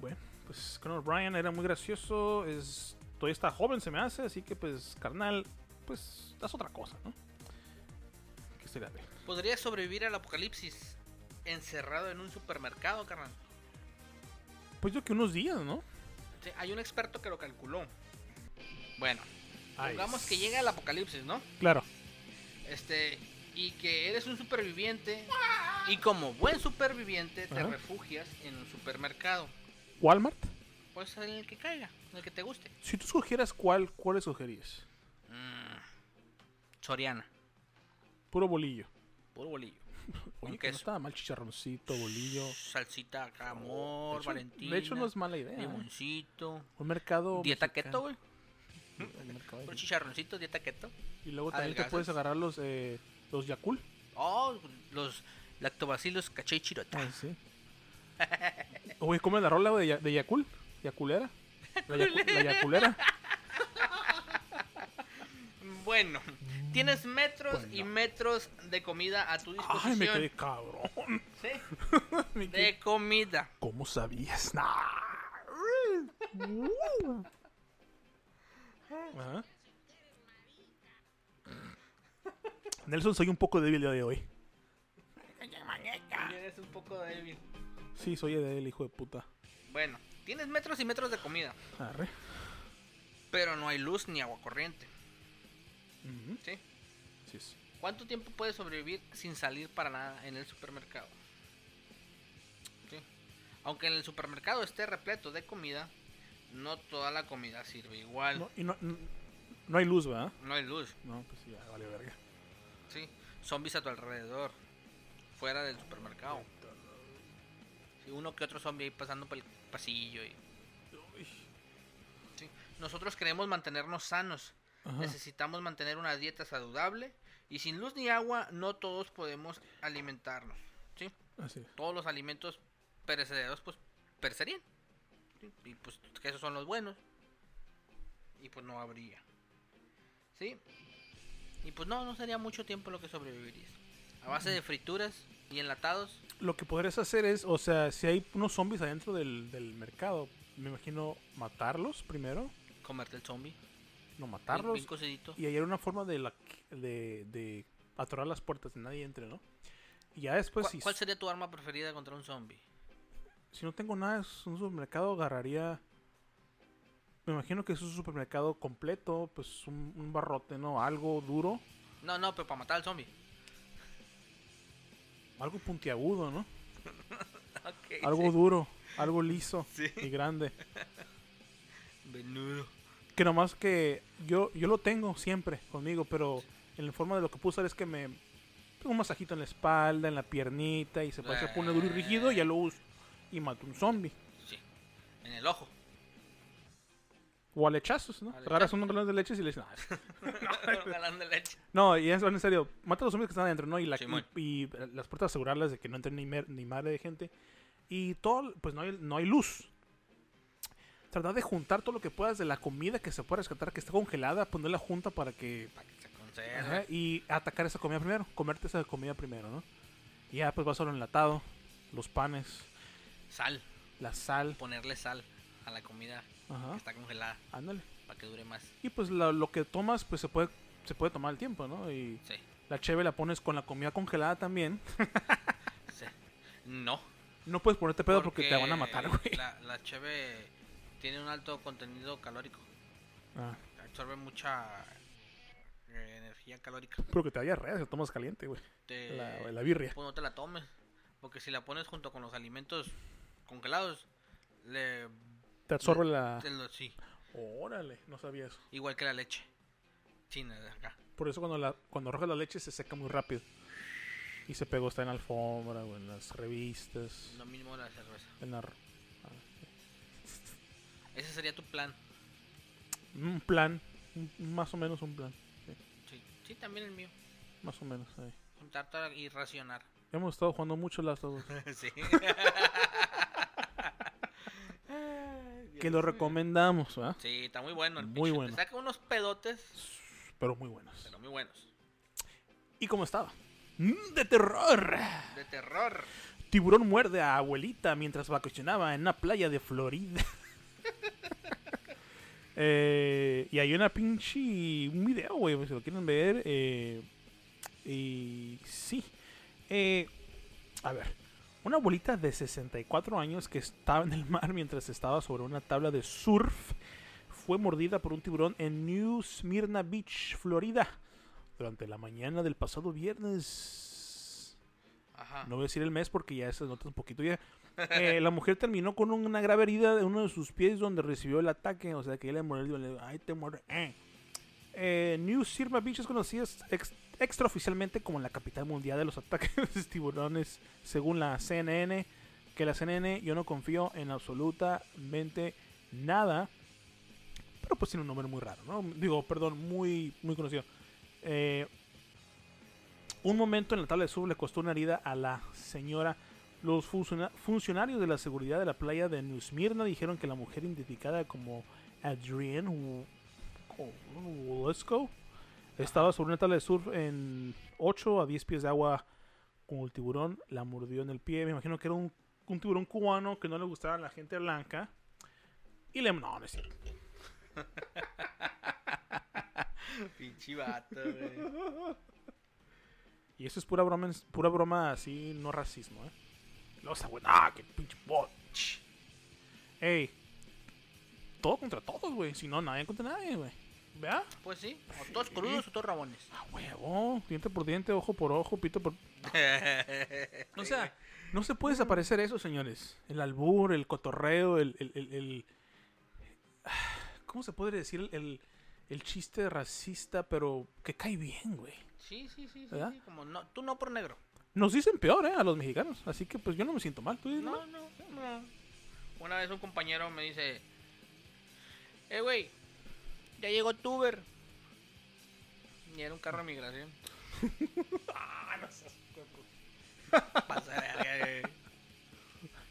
B: Bueno, pues Conan Ryan era muy gracioso, es, todavía está joven, se me hace, así que pues, carnal, pues, haz otra cosa, ¿no? Que se la
A: Podría sobrevivir al apocalipsis encerrado en un supermercado, carnal.
B: Pues yo que unos días, ¿no?
A: Sí, hay un experto que lo calculó. Bueno,
B: Ay,
A: digamos que llega el apocalipsis, ¿no?
B: Claro.
A: Este, y que eres un superviviente y como buen superviviente te
B: Ajá.
A: refugias en un supermercado.
B: Walmart.
A: Pues en el que caiga, en el que te guste.
B: Si tú escogieras cuál, ¿cuál escogerías?
A: Mm, Soriana,
B: Puro bolillo.
A: puro bolillo. Con
B: Oye, que no
A: queso.
B: estaba mal chicharroncito, bolillo.
A: Salsita,
B: De
A: amor,
B: hecho-
A: Valentina.
B: De hecho, no es mala idea. ¿eh?
A: Limoncito.
B: Un mercado.
A: Dieta keto,
B: mexicano.
A: güey.
B: Un mercado
A: Un
B: ahí.
A: chicharroncito, dieta keto.
B: Y luego también te
A: Adelgazas.
B: puedes agarrar los, eh, los Yakul.
A: Oh, los lactobacilos caché y chirota.
B: sí. Oye, ¿cómo es la rola güey, de, ya- de Yakul? ¿Yaculera? La, yacu- la Yaculera.
A: Bueno, tienes metros y
B: Mm. Bueno.
A: metros de comida a tu disposición.
B: Ay, me quedé cabrón.
A: Sí,
B: Me quedé-
A: de comida.
B: ¿Cómo sabías? Nah. Ajá. Nelson, soy un poco débil el día de hoy. Ah.
A: Eres un poco débil.
B: Sí, soy débil, hijo de puta.
A: Bueno, tienes metros y metros de comida,
B: Arre.
A: pero no hay luz ni agua corriente.
B: Ujú.
A: ¿Sí?
B: Así es.
A: ¿Cuánto tiempo puedes sobrevivir sin salir para nada en el supermercado? Sí. Aunque en el supermercado esté repleto de comida, no toda la comida sirve igual.
B: No,
A: No,
B: y no, no- no hay luz, ¿verdad?
A: hay luz,
B: No, pues ya, vale verga.
A: sí. Zombies a tu alrededor, fuera del supermercado. Sí, uno que otro zombie ahí pasando por el pasillo. y-
B: Uy.
A: sí. Nosotros queremos mantenernos sanos,
B: Ajá.
A: Necesitamos mantener una dieta saludable y sin luz ni agua no todos podemos alimentarnos. ¿sí?
B: Así es.
A: Todos los alimentos perecederos pues perecerían. ¿sí? Y pues que esos son los buenos. Y pues no habría. ¿Sí? Y pues no, no sería mucho tiempo lo que sobrevivirías. A base de frituras y enlatados.
B: Lo que podrías hacer es, o sea, si hay unos zombies adentro del, del mercado, me imagino matarlos primero.
A: Comerte el zombie.
B: No
A: Bien,
B: matarlos.
A: bien cocidito.
B: Y ahí era una forma de, la, de, de atorar las puertas, que nadie entre, ¿no? Y ya después,
A: ¿Cuál,
B: si,
A: cuál sería tu arma preferida contra un zombie?
B: si no tengo nada, es un supermercado agarraría. Me imagino que es un supermercado completo, pues un, un barrote, ¿no? Algo duro,
A: No, no, pero para matar al zombie.
B: algo puntiagudo, ¿no?
A: Ok,
B: Algo
A: sí.
B: duro, algo liso
A: Sí.
B: y grande.
A: Venudo.
B: Que nomás que yo, yo lo tengo siempre conmigo, pero en la forma de lo que puedo usar es que me tengo un masajito en la espalda, en la piernita y se, se pone duro y rígido y ya lo uso. Y mato un zombie.
A: Sí. En el ojo.
B: O a lechazos, ¿no?
A: A
B: Agarras
A: lechazos.
B: un galón de leches y le dices, "Nah".
A: Galán de leche.
B: no, y es en serio, mata a los zombies que están adentro, ¿no? Y, la-
A: Simón.
B: y, y las puertas asegurarlas de que no entre ni, mer- ni madre de gente. Y todo, pues no hay, no hay luz. Tratar de juntar todo lo que puedas de la comida que se pueda rescatar, que está congelada, ponerla junta para que
A: Para que se conserve.
B: Ajá, y atacar esa comida primero, comerte esa comida primero, ¿no? Y ya pues vas a lo enlatado, los panes,
A: Sal.
B: la sal,
A: Ponerle sal a la comida que
B: ajá,
A: está congelada.
B: ándale.
A: Para que dure más.
B: Y pues la- lo que tomas pues se puede se puede tomar el tiempo, ¿no? Y
A: Sí.
B: la cheve la pones con la comida congelada también.
A: sí. No.
B: No puedes ponerte pedo porque, te van a matar, güey.
A: La, la cheve tiene un alto contenido calórico.
B: Ah,
A: Absorbe mucha eh, energía calórica.
B: pero que te vaya real, si la tomas caliente, güey.
A: Te-
B: La, la birria.
A: pues no te la tomes. Porque si la pones junto con los alimentos congelados, le.
B: Te absorbe la...
A: te lo- sí,
B: Órale, no sabía eso.
A: igual que la leche. Sí, nada, acá.
B: Por eso cuando, la, cuando arrojas la leche se seca muy rápido. Y se pegó, está en la alfombra, o en las revistas.
A: Lo mismo la cerveza.
B: En la-
A: Ese sería tu plan.
B: un plan, un- más o menos un plan,
A: Sí, sí también el mío.
B: más o menos. ahí.
A: Juntarte a- y racionar.
B: Hemos estado jugando mucho las dos.
A: sí.
B: que lo recomendamos, ¿verdad?
A: Sí, está muy bueno. El
B: Muy
A: pinche- te
B: bueno.
A: Saca unos pedotes,
B: Pero muy buenos.
A: pero muy buenos.
B: ¿Y cómo estaba? Mm, De terror.
A: De terror.
B: Tiburón muerde a abuelita mientras vacacionaba en una playa de Florida. Eh, y hay una pinche. Un video, güey, pues, si lo quieren ver. eh, y sí. Eh, a ver. Una abuelita de 64 años que estaba en el mar mientras estaba sobre una tabla de surf fue mordida por un tiburón en New Smyrna Beach, Florida, durante la mañana del pasado viernes.
A: Ajá.
B: No voy a decir el mes porque ya se nota un poquito ya. Eh, la mujer terminó con una grave herida de uno de sus pies donde recibió el ataque. O sea, que ella le mordió. Le ay, te muerde. eh". Eh, New Sirma Beach es conocida ex- extraoficialmente como la capital mundial de los ataques de tiburones, según la CNN. Que la CNN, yo no confío en absolutamente nada. Pero pues tiene un nombre muy raro, ¿no? Digo, perdón, muy, muy conocido. Eh, un momento en la tabla de surf le costó una herida a la señora. Los funciona- funcionarios de la seguridad de la playa de New Smyrna dijeron que la mujer identificada como Adrienne Wo- Wo- Wolesko estaba sobre una tabla de surf en 8 a 10 pies de agua con el tiburón. La mordió en el pie. Me imagino que era un, un tiburón cubano que no le gustaba a la gente blanca. Y le... No, no es cierto.
A: Pinche vato, güey.
B: Y eso es pura broma, en- pura broma así, no racismo, ¿eh? Los güey, ah, qué pinche bot. Ch. Ey, todo contra todos, güey. Si no, nadie contra nadie, güey. ¿Vea?
A: Pues sí, o todos crudos o todos rabones.
B: A huevo, diente por diente, ojo por ojo, pito por. O sea, no se puede desaparecer eso, señores. El albur, el cotorreo, el. el- el- el- ¿Cómo se podría decir? El, el- el chiste racista, pero que cae bien, güey.
A: Sí, sí, sí, sí,
B: ¿Verdad?
A: sí, Como no, tú no por negro.
B: Nos dicen peor, ¿eh? A los mexicanos. Así que, pues yo no me siento mal. ¿Tú dices,
A: No, no, no. Una vez un compañero me dice, eh, güey, ya llegó Tuber. Y era un carro de migración. Pasa de verga,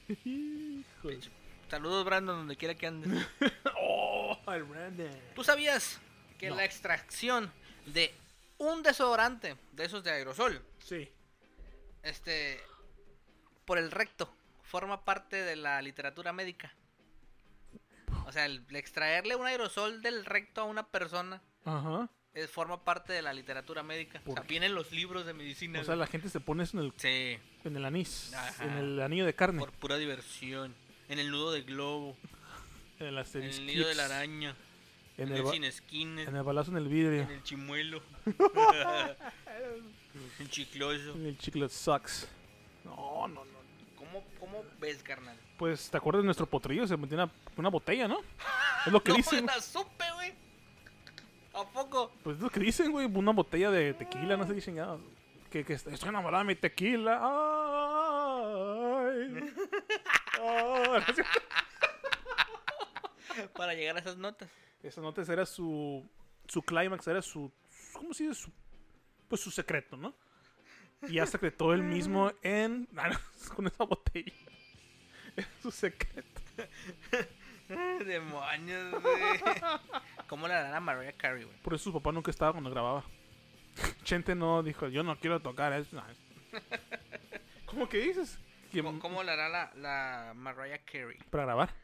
A: güey.
B: Hijo de-
A: Pinche- Saludos, Brandon, donde quiera que andes.
B: Oh, el Brandon.
A: ¿Tú sabías que
B: No.
A: la extracción de un desodorante de esos de aerosol,
B: Sí.
A: este, por el recto, forma parte de la literatura médica? O sea, el extraerle un aerosol del recto a una persona
B: Ajá.
A: eh, forma parte de la literatura médica. O
B: ¿Por
A: sea,
B: qué?
A: vienen los libros de medicina.
B: O sea,
A: güey.
B: la gente se pone eso en el,
A: Sí,
B: en el anís.
A: Ajá.
B: En el anillo de carne.
A: por pura diversión. En el nudo de globo,
B: En las
A: en el nido de la araña, en, el,
B: ba-
A: sin esquines,
B: en el balazo en el vidrio.
A: en el chimuelo, en chicloso.
B: En el chicle sucks. No, no, no.
A: ¿Cómo, ¿Cómo ves, carnal?
B: Pues, ¿te acuerdas de nuestro potrillo? Se metió una, una botella, ¿no? Es lo que
A: No
B: dicen.
A: la supe, güey. ¿A poco?
B: Pues es lo que dicen, güey. Una botella de tequila, no sé qué chingados. Que, que est- estoy enamorada de mi tequila. Ay. Ay. No sé.
A: Para llegar a esas notas.
B: Esa nota era su. Su clímax, era su. su- ¿Cómo se dice? Su, pues su secreto, ¿no? Y ya secretó él mismo en. ah, no, con esa botella. Era su secreto.
A: Demonios, güey. ¿Cómo la harán a Mariah Carey, güey?
B: Por eso su papá nunca estaba cuando grababa. Chente no dijo, yo no quiero tocar eso. No. ¿Cómo que dices? Que-
A: ¿Cómo, cómo la hará la, la Mariah Carey
B: Para grabar.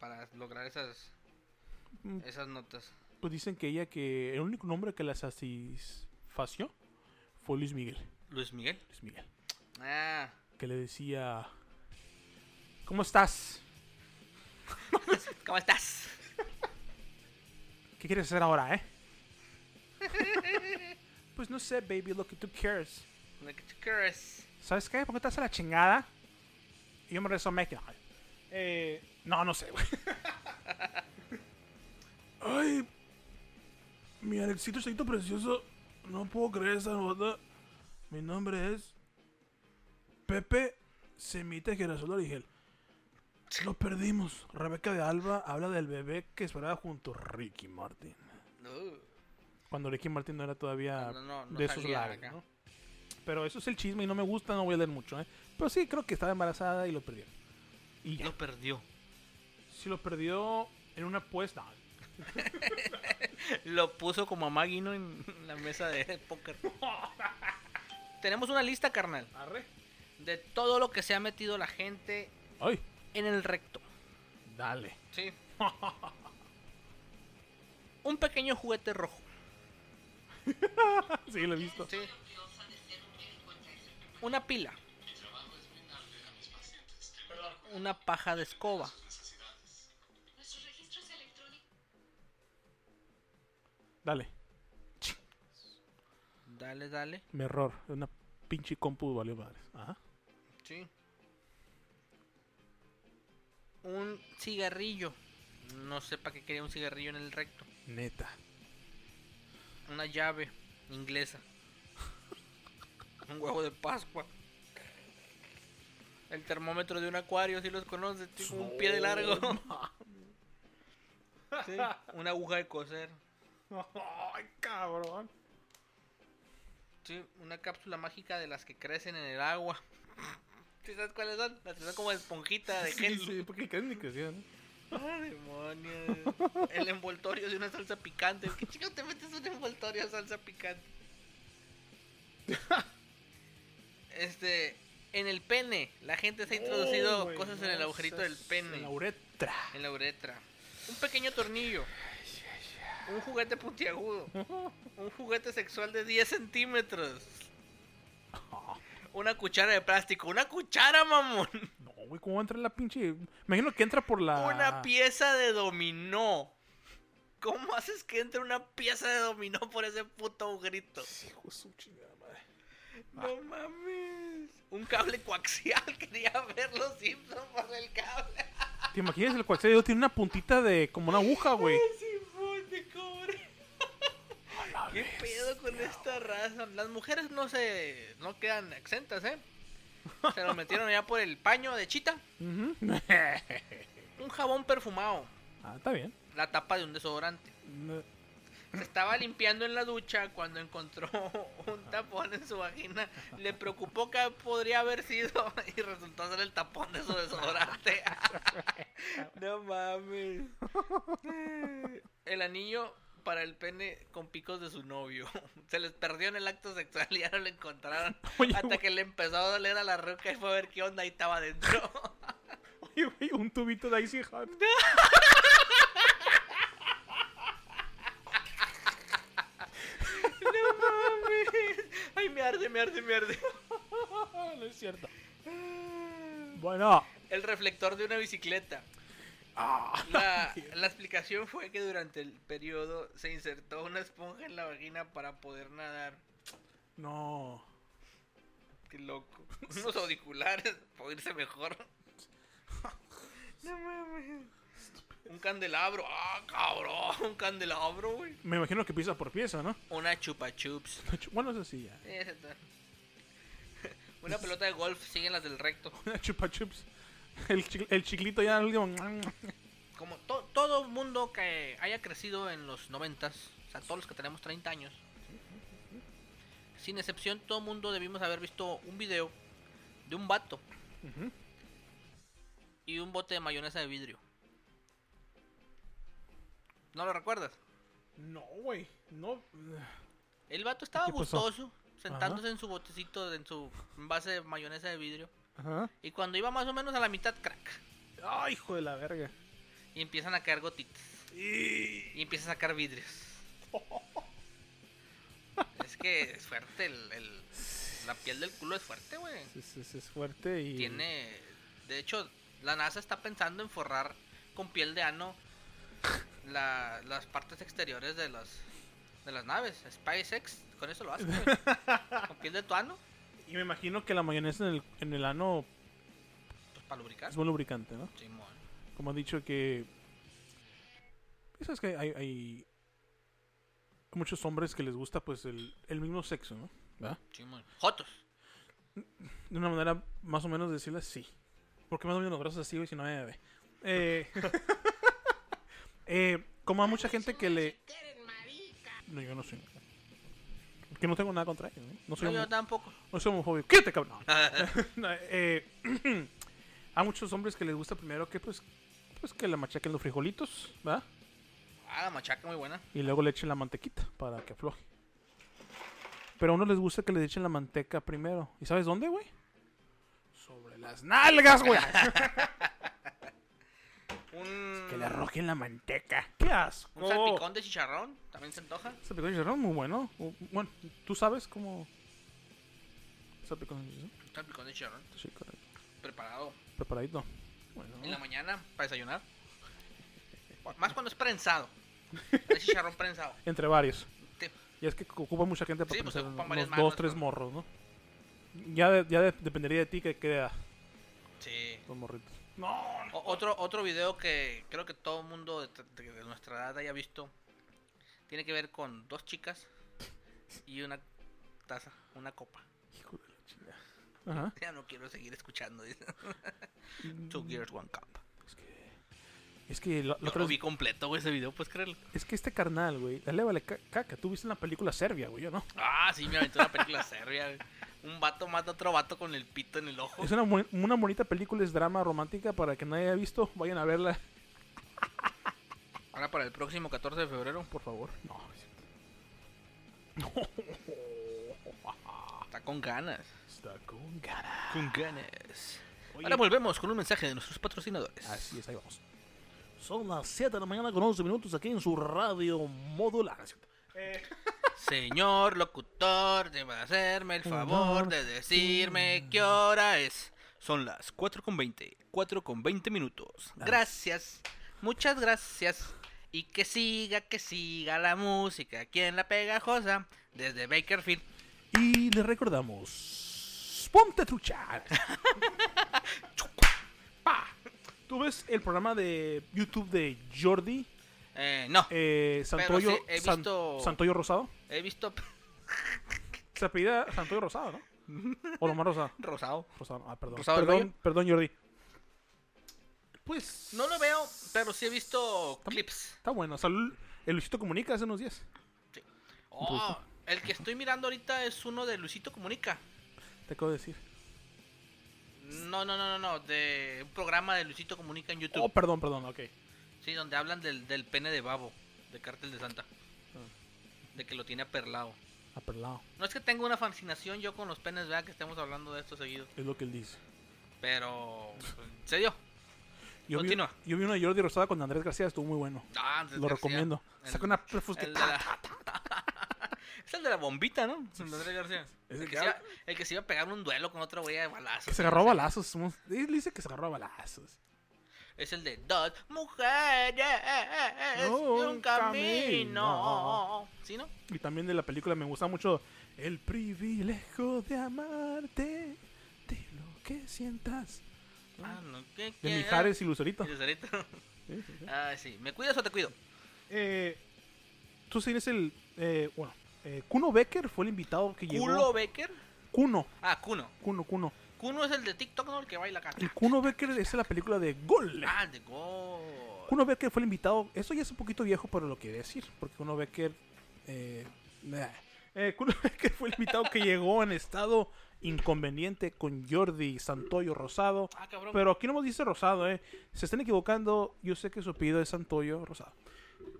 A: para lograr esas,
B: Mm.
A: esas notas?
B: Pues dicen que ella que el único nombre que la satisfació fue Luis Miguel.
A: Luis Miguel.
B: Luis Miguel.
A: Ah,
B: Que le decía, ¿cómo estás?
A: ¿cómo estás?
B: ¿Qué quieres hacer ahora, eh? pues no sé, baby, lo que tú quieres.
A: Like a chicharras.
B: ¿Sabes qué? ¿Por qué te hace la chingada? Y yo me regreso a México. Eh, no, no sé, güey. Ay, mi Alexito Chaito Precioso. No puedo creer esa nota. Mi nombre es Pepe Semita Girasol Origel. Lo perdimos. Rebeca de Alba habla del bebé que esperaba junto a Ricky Martin.
A: No,
B: Cuando Ricky Martin no era todavía
A: No, no, no
B: de esos
A: salía
B: lares,
A: acá.
B: ¿no? Pero eso es el chisme y no me gusta, no voy a leer mucho, ¿eh? Pero sí, creo que estaba embarazada y lo perdió. Y ya.
A: Lo perdió.
B: Si lo perdió en una apuesta.
A: Lo puso como a Maguino en la mesa de póker. Tenemos una lista, carnal,
B: Arre.
A: de todo lo que se ha metido la gente
B: Ay,
A: en el recto.
B: dale.
A: Sí. Un pequeño juguete rojo.
B: Sí, lo he visto.
A: Sí. Una pila. Una paja de escoba.
D: Nuestros registros electrónicos.
B: Dale.
A: Dale, dale.
B: Mi error. Una pinche compu valió madres. Ajá.
A: Sí. Un cigarrillo. No sé para qué quería un cigarrillo en el recto.
B: Neta.
A: Una llave inglesa. Un huevo de Pascua. El termómetro de un acuario, si los conoces, tiene como un pie de largo. Sí, una aguja de coser.
B: Ay, cabrón.
A: Sí, una cápsula mágica de las que crecen en el agua. ¿Sí sabes cuáles son? Las que son como esponjita de
B: Sí,
A: gel.
B: sí, porque casi ni crecían. ¿eh?
A: Ah, demonios. El envoltorio de una salsa picante. ¿Qué chico te metes un envoltorio de salsa picante? Este, en el pene, la gente se ha
B: Oh,
A: introducido cosas en el agujerito del pene,
B: En la uretra.
A: en la uretra. Un pequeño tornillo. Un juguete puntiagudo. Un juguete sexual de 10 centímetros. Una cuchara de plástico. Una cuchara, mamón.
B: No, güey, ¿cómo va a entrar la pinche...? Imagino que entra por la...
A: Una pieza de dominó. ¿Cómo haces que entre una pieza de dominó por ese puto agujerito?
B: Hijo de su chingada madre.
A: No mames. Un cable coaxial. Quería ver los Simpsons por el cable.
B: ¿Te imaginas el coaxial? Tiene una puntita de como una aguja, güey.
A: Simón de cobre. ¿Qué pedo con esta raza? Las mujeres no se. no quedan exentas, ¿eh? Se lo metieron ya por el paño de chita.
B: Ujú.
A: Un jabón perfumado.
B: ah, está bien.
A: La tapa de un desodorante. Se estaba limpiando en la ducha cuando encontró un tapón en su vagina. Le preocupó que podría haber sido y resultó ser el tapón de su desodorante. no mames. El anillo para el pene con picos de su novio. Se les perdió en el acto sexual y ya no lo encontraron.
B: Oye,
A: Hasta que le empezó a doler a la roca y fue a ver qué onda y estaba adentro.
B: Oye, güey, un tubito de Icy Hot.
A: Ay, me arde, me arde, me arde.
B: no es cierto. Bueno.
A: El reflector de una bicicleta.
B: Ah.
A: La, la explicación fue que durante el periodo se insertó una esponja en la vagina para poder nadar.
B: No.
A: Qué loco. Unos auriculares para irse mejor. No mames. Un candelabro. Ah, cabrón. Un candelabro, güey.
B: Me imagino que pieza por pieza, ¿no?
A: Una chupa chups.
B: Bueno, eso sí, ya.
A: Esa está. Una pelota de golf. Siguen las del recto.
B: Una chupa chups. El, chic- el chiclito ya al último.
A: como to- todo mundo que haya crecido en los 90, o sea, todos los que tenemos 30 años, sin excepción, todo mundo debimos haber visto un video de un vato
B: Ujú.
A: y un bote de mayonesa de vidrio. ¿No lo recuerdas?
B: No, güey. No.
A: El vato estaba
B: ¿Qué pasó?
A: gustoso, sentándose en su botecito, en su envase de mayonesa de vidrio.
B: Ajá.
A: Y cuando iba más o menos a la mitad, crack.
B: Ay, hijo de la verga.
A: Y empiezan a caer gotitas.
B: Y-
A: Y empieza a sacar vidrios. es que es fuerte, el, el- la piel del culo es fuerte, güey.
B: Es, es- es fuerte y.
A: Tiene... De hecho, la NASA está pensando en forrar con piel de ano la- las partes exteriores de las, de las naves. SpaceX, con eso lo hace, güey. Con piel de tu ano,
B: Y me imagino que la mayonesa en el, en el ano
A: pues para lubricar.
B: es buen lubricante, ¿no?
A: Simón.
B: Como han dicho que. ¿Sabes que hay, hay muchos hombres que les gusta pues el, el mismo sexo, ¿no? ¿Verdad?
A: Simón. Jotos.
B: De una manera más o menos decirle sí. Porque más o menos los brazos así, güey, si no me ve. Eh, eh, como a mucha gente que le. No, yo no soy. Que no tengo nada contra ellos, ¿no? No soy,
A: No, yo
B: homo-
A: tampoco. Ah,
B: no soy homofóbico. ¡Quédate, cabrón! No, eh, a muchos hombres que les gusta primero que pues pues que le machaquen los frijolitos, ¿verdad?
A: ah, la machaca muy buena.
B: Y luego le echen la mantequita para que afloje. Pero a uno les gusta que le echen la manteca primero. ¿Y sabes dónde, güey? Sobre las nalgas, güey.
A: Un,
B: que le arrojen la manteca. ¡Qué asco!
A: un salpicón de chicharrón, también se antoja.
B: Salpicón de chicharrón, muy bueno. U- Bueno, ¿tú sabes cómo...? Salpicón de chicharrón.
A: Un salpicón de chicharrón,
B: Sí, correcto.
A: preparado.
B: Preparadito. Bueno.
A: En la mañana para desayunar. Más cuando es prensado. El chicharrón prensado.
B: Entre varios.
A: Te-
B: Y es que ocupa mucha gente para
A: Sí, pues,
B: pensar
A: ocupan
B: unos
A: varias
B: dos,
A: manos,
B: tres
A: ¿no?
B: morros, ¿no? Ya, de- ya de- dependería de ti que queda
A: Sí.
B: los morritos.
A: O- otro, otro video que creo que todo el mundo de, de- de nuestra edad haya visto. Tiene que ver con dos chicas y una taza, una copa.
B: Hijo de la chingada. Ajá.
A: Ya no quiero seguir escuchando. dice. Two Gears One Cup.
B: Es que... Es que, la- la
A: Yo
B: otra
A: lo
B: vez-
A: vi completo, güey, ese video, pues creerlo.
B: es que este carnal, güey, dale vale ca- caca. Tú viste en la película Serbia, güey, ¿o ¿no?
A: Ah, sí, me aventó una película serbia. güey. Un vato mata a otro vato con el pito en el ojo.
B: Es una, bu- una bonita película, es drama romántica. Para que nadie haya visto, vayan a verla,
A: Ahora para el próximo 14 de febrero.
B: por favor. No, es cierto.
A: Está con ganas.
B: está con ganas.
A: Con ganas.
B: Oye,
A: Ahora volvemos con un mensaje de nuestros patrocinadores.
B: Así es, ahí vamos. Son las 7 de la mañana con 11 minutos aquí en su radio modular. ¿no es cierto?
A: Señor locutor, debe hacerme el favor de decirme qué hora es. Son las 4 con 20. 4 con 20 minutos. Gracias. Muchas gracias. Y que siga, que siga la música aquí en La Pegajosa desde Bakerfield.
B: Y les recordamos: ¡Ponte trucha! Pa. ¿Tú ves el programa de YouTube de Jordi
A: Eh, no,
B: eh, Santoyo,
A: sí, he
B: San-
A: visto-
B: Santoyo Rosado?
A: he visto
B: Se apellida Santoyo Rosado, ¿no? O Lomar Rosado.
A: rosado.
B: Rosado, ah, perdón.
A: Rosado del
B: perdón,
A: Valle.
B: perdón, Jordi. Pues.
A: No lo veo, pero sí he visto
B: Está-
A: clips.
B: Está bueno. Salud. El Luisito Comunica hace unos días.
A: Oh, el que estoy mirando ahorita es uno de Luisito Comunica.
B: Te acabo de decir.
A: No, no, no, no, no, de un programa de Luisito Comunica en YouTube.
B: Oh, perdón, perdón, ok.
A: Sí, donde hablan del, del pene de babo, de Cártel de Santa. De que lo tiene aperlado.
B: Ah, perdón.
A: No es que tenga una fascinación yo con los penes, vea que estemos hablando de esto seguido.
B: Es lo que él dice.
A: Pero. pues, Se dio.
B: Yo vi,
A: Continúa.
B: yo vi una de Jordi Rosada con Andrés García, estuvo muy bueno.
A: Ah, Andrés
B: Lo
A: García.
B: recomiendo.
A: El-
B: Saca una perfus que
A: el de
B: ta-
A: la- Es el de la bombita, ¿no? Andrés García.
B: Es
A: El
B: el
A: que,
B: que
A: se iba,
B: habla-
A: el que se iba a pegar un duelo con otra wea de balazos.
B: que se agarró a balazos. somos- Él dice que se agarró a balazos.
A: Es el de dos mujeres y un, camino.
B: un camino.
A: ¿Sí, no?
B: Y también de la película me gusta mucho El privilegio de amarte, de lo que sientas.
A: Ah, no, ¿qué
B: Mm. De
A: quieres?
B: Mijares y Lucerito.
A: Y Lucerito. Ah, sí. ¿Me cuidas o te cuido?
B: Eh, Tú tienes el. eh, bueno, eh, Kuno Becker fue el invitado que llegó.
A: ¿Culo Becker?
B: Kuno,
A: Ah, Cuno.
B: Kuno, Kuno.
A: Cuno es el de TikTok, ¿no? El que baila acá.
B: El Kuno Becker es la película de Gol.
A: Ah, de gol.
B: Kuno Becker fue el invitado. Eso ya es un poquito viejo, pero lo quiere decir. Porque Kuno Becker. Eh, nah. Eh, Kuno Becker fue el invitado que llegó en estado inconveniente con Jordi Santoyo Rosado.
A: Ah, cabrón.
B: Pero aquí no nos dice Rosado, ¿eh? Se están equivocando. Yo sé que su apellido es Santoyo Rosado.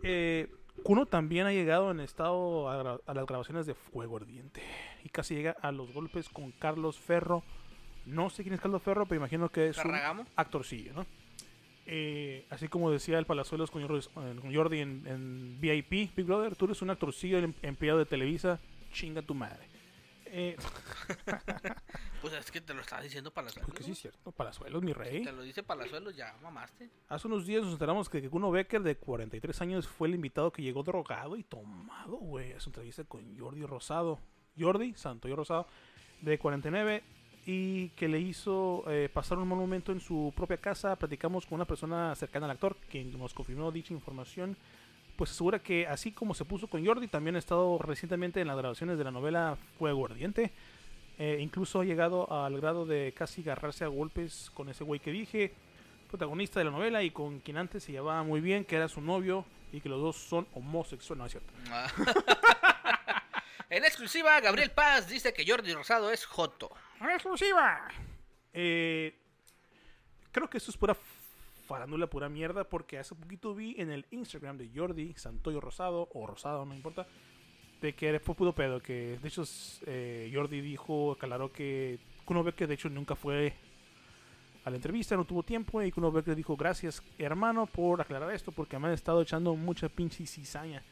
B: Eh, Kuno también ha llegado en estado a, gra- a las grabaciones de Fuego Ardiente. Y casi llega a los golpes con Carlos Ferro. No sé quién es Carlos Ferro, pero imagino que es un
A: Ferragamo.
B: actorcillo, ¿no? Eh, así como decía el Palazuelos con Jordi, eh, con Jordi en, en VIP, Big Brother, tú eres un actorcillo em- empleado de Televisa, chinga tu madre. Eh,
A: Pues es que te lo estaba diciendo Palazuelos.
B: porque sí es cierto, Palazuelos, mi rey.
A: Te lo dice Palazuelos, ya mamaste.
B: Hace unos días nos enteramos que Kuno Becker, de 43 años, fue el invitado que llegó drogado y tomado, güey, a su entrevista con Jordi Rosado. Jordi, Santoyo Rosado, de 49, y que le hizo eh, pasar un mal momento en su propia casa. Platicamos con una persona cercana al actor, quien nos confirmó dicha información. Pues asegura que así como se puso con Jordi, también ha estado recientemente en las grabaciones de la novela Fuego Ardiente. Eh, incluso ha llegado al grado de casi agarrarse a golpes con ese güey que dije, protagonista de la novela y con quien antes se llevaba muy bien, que era su novio y que los dos son homosexuales. No, es cierto.
A: Ah. en exclusiva, Gabriel Paz dice que Jordi Rosado es Joto.
B: ¡Exclusiva! Eh, creo que eso es pura farándula, pura mierda, porque hace poquito vi en el Instagram de Jordi Santoyo Rosado, o Rosado, no importa, de que fue puro pedo, que de hecho eh, Jordi dijo, aclaró que Kuno Becker de hecho nunca fue a la entrevista, no tuvo tiempo, y Kuno Becker dijo, gracias hermano por aclarar esto, porque me han estado echando mucha pinche cizaña.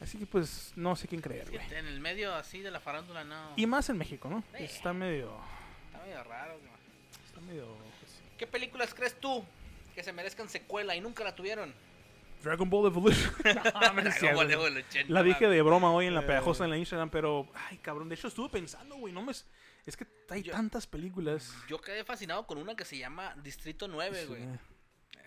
B: Así que pues no sé quién creer, güey.
A: Este, En el medio así de la farándula, no.
B: Y más en México, ¿no?
A: Sí.
B: Está medio...
A: Está medio raro. güey.
B: Está medio... pues, sí.
A: ¿Qué películas crees tú que se merezcan secuela y nunca la tuvieron?
B: Dragon Ball Evolution. No, no es
A: Dragon Ball
B: cierto.
A: Evolution,
B: La
A: no
B: dije
A: mames.
B: de broma hoy en la
A: Eh.
B: pegajosa en la Instagram, pero. Ay, cabrón. De hecho, estuve pensando, güey. No me. es- Es que hay
A: Yo-
B: tantas películas.
A: Yo quedé fascinado con una que se llama Distrito 9,
B: Sí.
A: güey.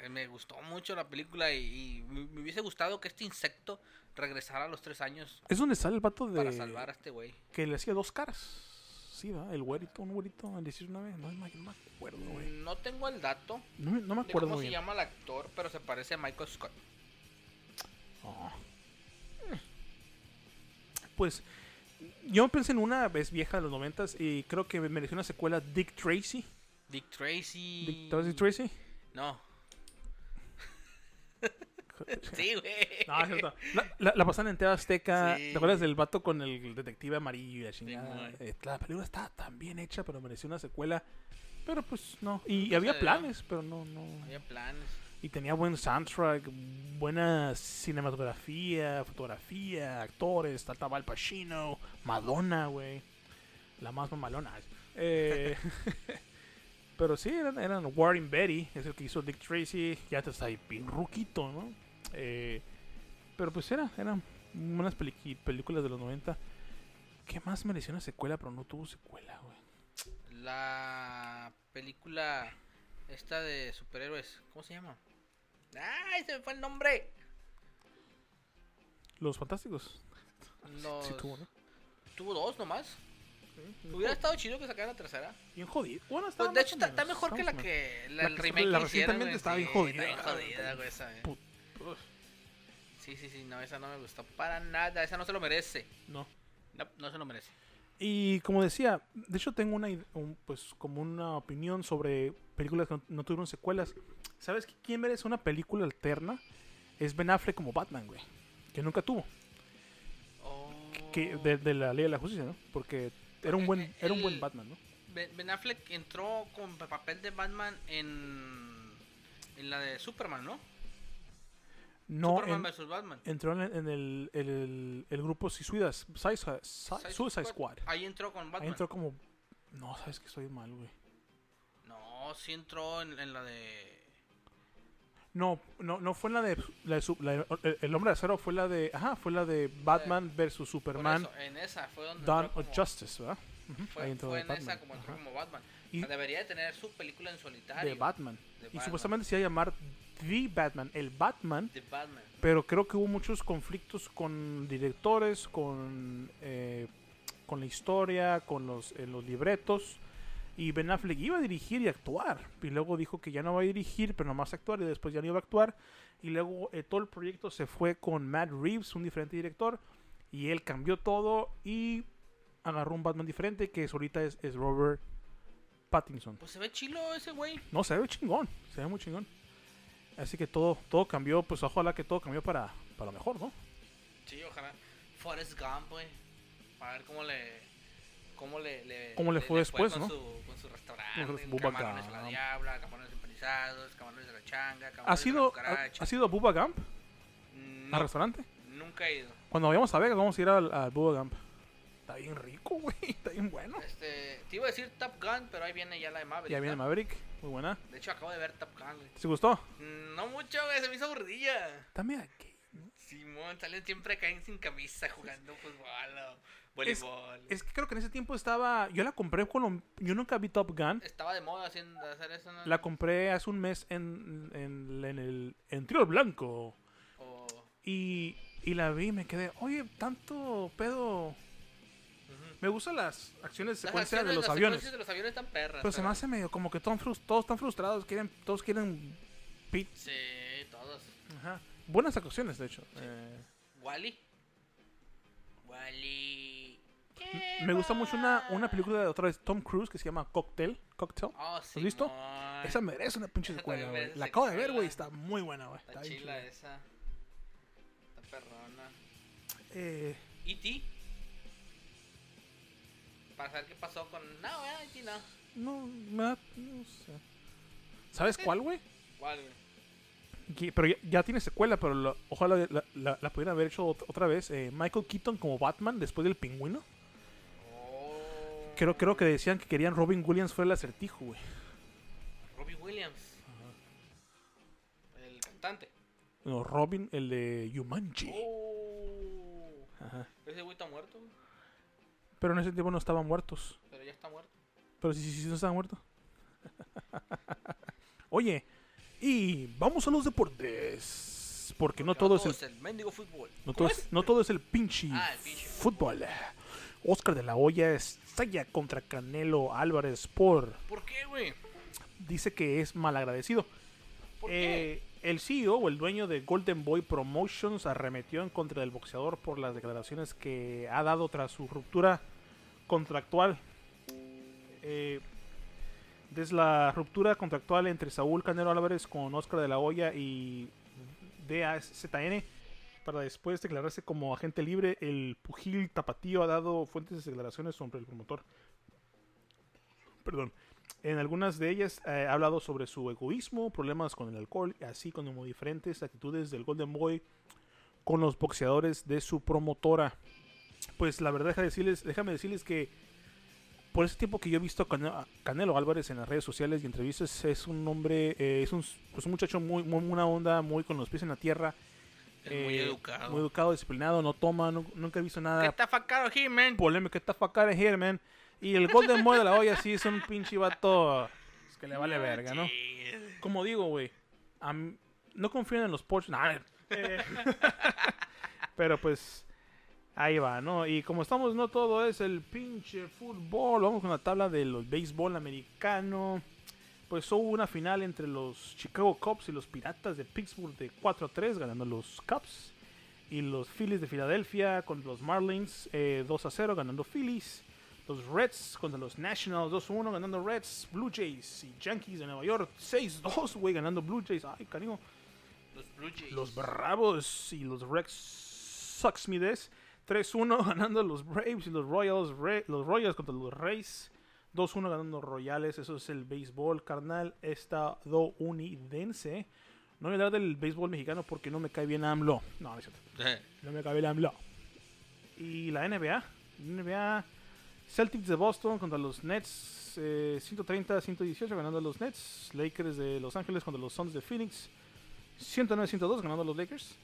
A: Eh, Me gustó mucho la película y, y me me hubiese gustado que este insecto regresara a los tres años
B: Es donde sale el vato
A: para salvar a
B: de.
A: este güey.
B: Que le hacía dos caras. Sí, va. El güerito, un güerito. El 19. No, me- no me acuerdo, güey.
A: No tengo el dato
B: No, me- no me
A: de
B: acuerdo
A: cómo
B: muy
A: se
B: bien.
A: llama el actor, pero se parece a Michael Scott.
B: Oh. Pues. Yo pensé en una vez vieja de los noventas y creo que me mereció una secuela Dick Tracy.
A: Dick Tracy.
B: Dick Tracy Tracy.
A: No. Sí, güey.
B: No, es cierto. La, la, la pasaban en TV Azteca.
A: Sí.
B: ¿Te acuerdas del vato con el detective amarillo y la chingada?
A: Simón.
B: Eh, la película estaba tan bien hecha, pero merecía una secuela. Pero pues no. Y,
A: se
B: había
A: dio.
B: planes, pero no, no.
A: Había planes.
B: Y tenía buen soundtrack, buena cinematografía, fotografía, actores. Trataba Al Pacino, Madonna, güey. La más mamalona. Eh, pero sí, eran, eran Warren Betty, es el que hizo Dick Tracy. Ya te está ahí, bien ruquito, ¿no? Eh, pero pues era, eran unas peliqui- películas de los 90. ¿Qué más mereció una secuela, pero no tuvo secuela, güey?
A: La película esta de superhéroes, ¿cómo se llama? ¡Ay, se me fue el nombre!
B: Los Fantásticos.
A: Los-
B: Sí tuvo, ¿no?
A: tuvo dos nomás. Hubiera estado chido que sacaran la tercera.
B: Bien jodido. Bueno,
A: Pues,
B: estaba
A: de
B: más
A: hecho,
B: o
A: está,
B: menos,
A: está mejor que
B: estaba
A: la
B: más o
A: que la,
B: La
A: el
B: que-
A: remake
B: la
A: que hicieron,
B: recientemente
A: güey,
B: estaba bien
A: sí,
B: jodida,
A: está bien
B: cabrón,
A: jodida, güey, esa, güey.
B: Put- menos. Ugh.
A: Sí, sí, sí, no, esa no me gustó para nada. Esa no se lo merece.
B: No.
A: No, no se lo merece.
B: Y como decía, de hecho tengo una, id- un- pues, como una opinión sobre películas que no, no tuvieron secuelas. ¿Sabes qué- quién merece una película alterna? Es Ben Affleck como Batman, güey. Que nunca tuvo.
A: Oh.
B: Que, de, de la Ley de la Justicia, ¿no? Porque era un buen, era un buen
A: El-
B: Batman, ¿no?
A: Ben Ben Affleck entró con pa- papel de Batman en, en la de Superman, ¿no?
B: No,
A: Superman
B: en-
A: vs. Batman.
B: entró en, en el, el, el, el grupo Suicidas, Suicide,
A: Suicide
B: Suicide
A: Squad.
B: Squad.
A: Ahí entró con Batman.
B: Ahí entró como... No, sabes que soy mal, güey.
A: No, sí entró en, en la de...
B: No, no, no fue la de, la de su- la de- el- el hombre de acero fue la de, ajá, fue la de Batman versus
A: por
B: Superman,
A: eso, en esa fue donde...
B: Dawn
A: entró
B: of
A: como-
B: Justice, ¿verdad? Ujú,
A: Fue,
B: ahí entró
A: fue
B: de
A: en esa como entró
B: ajá,
A: como Batman.
B: Y-
A: O sea, debería de tener su película en solitario.
B: de Batman.
A: de
B: Y
A: Batman.
B: supuestamente se iba a llamar The Batman, el Batman,
A: De Batman.
B: pero creo que hubo muchos conflictos con directores, con, eh, con la historia, con los, eh, los libretos. Y Ben Affleck iba a dirigir y actuar. Y luego dijo que ya no va a dirigir, pero nomás actuar. Y después ya no iba a actuar. Y luego eh, todo el proyecto se fue con Matt Reeves, un diferente director. Y él cambió todo y agarró un Batman diferente que es- ahorita es, es Robert Pattinson.
A: Pues se ve chilo ese güey.
B: No, se ve chingón. Se ve muy chingón. Así que todo, todo cambió. Pues ojalá que todo cambió para, para mejor, ¿no?
A: Sí, ojalá. Forrest Gump, güey. Para ver cómo le. Cómo le. le-
B: Cómo le fue después,
A: con
B: ¿no?
A: Su, con su
B: Con
A: restaurante.
B: sus Bubba
A: camarones a la
B: Gump.
A: diabla, camarones empanizados, camarones de la changa, camarones
B: ¿Ha
A: de la
B: sido, ha,
A: cucaracha. Mm,
B: ha sido Bubba Gump
A: No,
B: al restaurante?
A: nunca he ido.
B: Cuando vayamos a Vegas vamos a ir al, al Bubba Gump. Está bien rico, güey. Está bien bueno.
A: Este, te iba a decir Top Gun, pero ahí viene ya la de Maverick.
B: Ya viene
A: ¿no?
B: Maverick. Muy buena.
A: De hecho, acabo de ver Top Gun, güey.
B: ¿Te gustó?
A: Mm, No mucho, güey, se me hizo aburridilla.
B: Dame aquí.
A: Simón, salen siempre caen sin camisa jugando fútbol o voleibol.
B: Es que creo que en ese tiempo estaba... Yo la compré cuando... Yo nunca vi Top Gun.
A: Estaba de moda haciendo, hacer eso, ¿no?
B: La compré hace un mes en, en, en el... En Tiro al Blanco.
A: O-
B: Y, y la vi y me quedé... Oye, tanto pedo...
A: Ujú.
B: Me gustan las acciones
A: Las
B: secuencias de
A: acciones,
B: los
A: las
B: aviones.
A: secuencias de los aviones están perras.
B: Pero se me hace medio como que todos, frus- todos están frustrados. quieren Todos quieren... pit-
A: Sí, todos.
B: Ajá. Buenas actuaciones, de hecho. Eh,
A: Wally. Wally.
B: me gusta mucho una, una película de otra vez Tom Cruise que se llama Cocktail. Cocktail.
A: Oh, sí.
B: visto? Esa merece una pinche
A: Esa
B: secuela,
A: Ah, también
B: güey.
A: merece
B: La acabo de ver,
A: secuela.
B: güey. Está muy buena, güey.
A: Está
B: Está bien
A: chila
B: chula.
A: esa. Está perrona.
B: Eh,
A: E.T. E Para saber qué pasó con. No, eh, E.T. no.
B: no, me da- no sé. ¿Sabes cuál, güey?
A: Wally, güey.
B: Que- Pero ya, ya tiene secuela, pero la- ojalá la, la- la pudieran haber hecho ot- otra vez. Eh, Michael Keaton como Batman después del pingüino.
A: Oh.
B: Creo, creo que decían que querían Robin Williams fuera el acertijo, güey.
A: Robbie Williams. El cantante.
B: No, Robin, el de Yumanji.
A: Oh.
B: Ajá.
A: Ese güey está muerto, güey.
B: Pero en ese tiempo no estaban muertos.
A: pero ya está muerto.
B: Pero si sí, sí, no estaba muerto. Oye, y vamos a los deportes. Porque no todo es el,
A: mendigo fútbol. ¿Cómo
B: no todo es, no todo es el pinche
A: Ah, el pinche
B: fútbol. Oscar de la Hoya estalla contra Canelo Álvarez por...
A: ¿Por qué, güey?
B: Dice que es malagradecido.
A: ¿Por
B: Eh, el CEO o el dueño de Golden Boy Promotions arremetió en contra del boxeador por las declaraciones que ha dado tras su ruptura contractual. Eh, desde la ruptura contractual entre Saúl Canelo Álvarez con Oscar de la Hoya y DAZN para después declararse como agente libre, el pugil tapatío ha dado fuentes de declaraciones sobre el promotor. Perdón. En algunas de ellas eh, ha hablado sobre su egoísmo, problemas con el alcohol, así como diferentes actitudes del Golden Boy con los boxeadores de su promotora. Pues la verdad, deja decirles, déjame decirles que por ese tiempo que yo he visto a Cane- a Canelo Álvarez en las redes sociales y entrevistas, es un hombre, eh, es un, pues, un muchacho muy, muy, una onda, muy con los pies en la tierra.
A: Es muy
B: eh,
A: educado.
B: Muy educado, disciplinado, no toma, nu- nunca he visto
A: ¿Qué
B: nada
A: está facado aquí, man?
B: polémica está fucking here, man. Y el Golden Boy de la olla sí es un pinche vato es que le vale verga, ¿no?
A: Sí.
B: Como digo, güey, a mí- no confían en los Porsche. Nah, eh. Pero pues ahí va, ¿no? Y como estamos, no todo es el pinche fútbol. Vamos con la tabla de los béisbol americano. Pues hubo una final entre los Chicago Cubs y los Piratas de Pittsburgh de 4 a 3, ganando los Cubs. Y los Phillies de Filadelfia contra los Marlins, eh, 2 a 0 ganando Phillies. Los Reds contra los Nationals, 2 a 1 ganando Reds. Blue Jays y Yankees de Nueva York, 6 2, güey, ganando Blue Jays. Ay, cariño.
A: Los Blue Jays.
B: Los Bravos y los Rex Sucks me this. 3-1 ganando los Braves y los Royals. Re- los Royals contra los Rays. 2-1 ganando Royales. Eso es el béisbol carnal estadounidense. No voy a hablar del béisbol mexicano porque no me cae bien AMLO. No, no es cierto. No me cae bien AMLO. Y la NBA. NBA. Celtics de Boston contra los Nets. eh, 130-118 ganando los Nets. Lakers de Los Ángeles contra los Suns de Phoenix. 109-102 ganando los Lakers.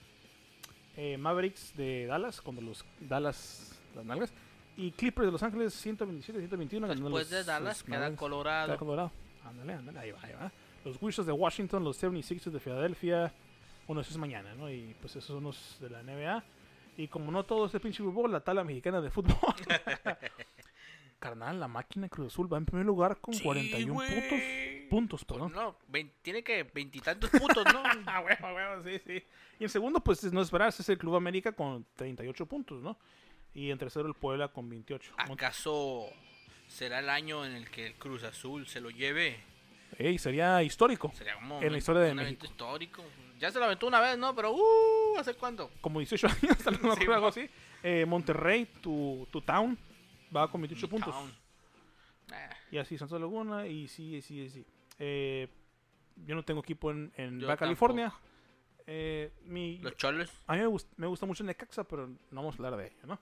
B: Eh, Mavericks de Dallas contra los Dallas las nalgas. Y Clippers de Los Ángeles 127-121 ganando los
A: Después de Dallas
B: los
A: queda
B: Mavericks.
A: Colorado.
B: Está Colorado. Ándale, ándale, ahí va, ahí va. Los Wizards de Washington, los 76ers de Filadelfia. Bueno, eso es mañana, ¿no? Y pues esos son los de la NBA. Y como no todo este pinche fútbol, la tala mexicana de fútbol. Carnal, la máquina Cruz Azul va en primer lugar con
A: Sí,
B: 41
A: güey.
B: puntos. Puntos, perdón.
A: No, vein- tiene que veintitantos puntos, ¿no?
B: Ah, huevo, huevo, sí, sí. Y en segundo, pues es no esperarse, es el Club América con 38 puntos, ¿no? Y en tercero, el Puebla con 28. Mont-
A: ¿Acaso será el año en el que el Cruz Azul se lo lleve?
B: Ey, sería histórico.
A: Sería como
B: En la historia de
A: un evento
B: México.
A: histórico. Ya se lo aventó una vez, ¿no? Pero, uh, ¿hace cuánto?
B: Como 18 años, tal vez me
A: Sí,
B: acuerdo, algo
A: mo-
B: así. Eh, Monterrey, tu, tu town, va con 28
A: Mi
B: puntos.
A: town. Eh,
B: Y así, Santos Laguna, y sí, y sí, y sí. Eh, yo no tengo equipo en, en
A: Yo
B: Baja California. Eh, mi,
A: los cholos.
B: A mí me, gust- me gusta mucho Necaxa, pero no vamos a hablar de ello, ¿no?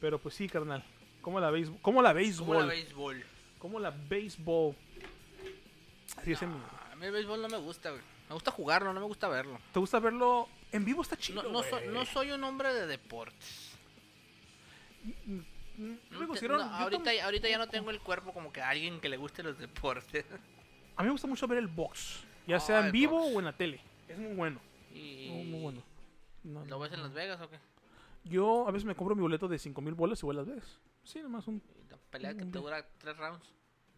B: pero pues sí, carnal. ¿Cómo la béisbol? ¿Cómo la
A: Como la
B: béisbol?
A: béisbol.
B: ¿Cómo la béisbol? Así es en-
A: Ah, A mí el béisbol no me gusta, güey. Me gusta jugarlo, no me gusta verlo.
B: ¿Te gusta verlo? En vivo está
A: No,
B: chido,
A: no, so-
B: güey.
A: no soy un hombre de deportes.
B: Mm, yo me
A: No te-
B: considero-
A: no,
B: yo
A: ahorita,
B: tam-
A: ahorita ya no tengo el cuerpo como que a alguien que le guste los deportes.
B: A mí me gusta mucho ver el box. Ya
A: Ah,
B: sea en
A: el
B: vivo
A: box.
B: o en la tele. Es muy bueno.
A: Y...
B: Muy, muy bueno. No,
A: ¿Lo
B: no,
A: ves en
B: no.
A: Las Vegas o qué?
B: Yo a veces me compro mi boleto de 5 mil bolas y voy a Las Vegas. Sí, nomás un...
A: Y La pelea que te
B: Hombre.
A: dura tres rounds.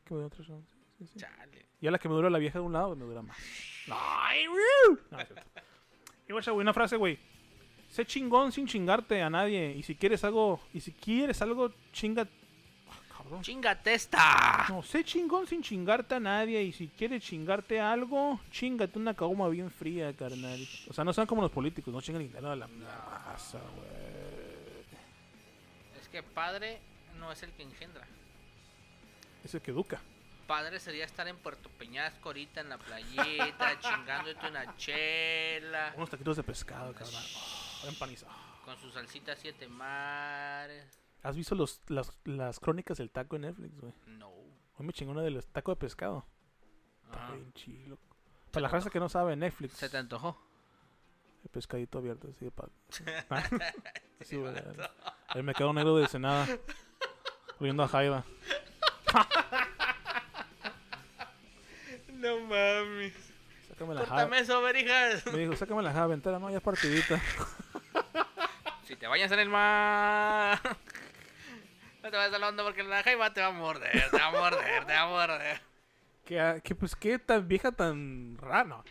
B: que me da otro chance. Sí, sí.
A: Chale.
B: Y a la que me dura la vieja de un lado, me dura más. ¡Ay, No, es cierto. Y guacha, güey, una frase, güey. Sé chingón sin chingarte a nadie. Y si quieres algo, y si quieres algo, chinga. Ah, cabrón.
A: ¡Chingate esta!
B: No, sé chingón sin chingarte a nadie. Y si quieres chingarte a algo, chingate una cauma bien fría, carnal. O sea, no sean como los políticos, no chingan el dinero a la masa, güey.
A: Es que padre no es el que engendra.
B: Eso es que educa.
A: Padre sería estar en Puerto Peñasco ahorita en la playita, chingándote una chela,
B: Unos taquitos de pescado, carnal. Oh, empanizado.
A: con su salsita siete mares.
B: ¿Has visto los, las, las crónicas del taco en Netflix, güey?
A: No.
B: Hoy me chingó una de los tacos de pescado. Está
A: Ah,
B: bien chilo. Para la raza que no sabe, Netflix.
A: ¿Se te antojó?
B: El pescadito abierto, así de pa... Ah, sí, güey. El mercado negro de Senada. Riendo a Jaida.
A: No mames.
B: Sácame la Jaida.
A: Córtame eso, verijas.
B: Me dijo, sácame la Jaida entera. No, ya es partidita.
A: Si te bañas en el mar. No te vayas a la onda porque la jaiba te va a morder, te va a morder, te va a morder.
B: que, que, pues, qué tan vieja tan rana.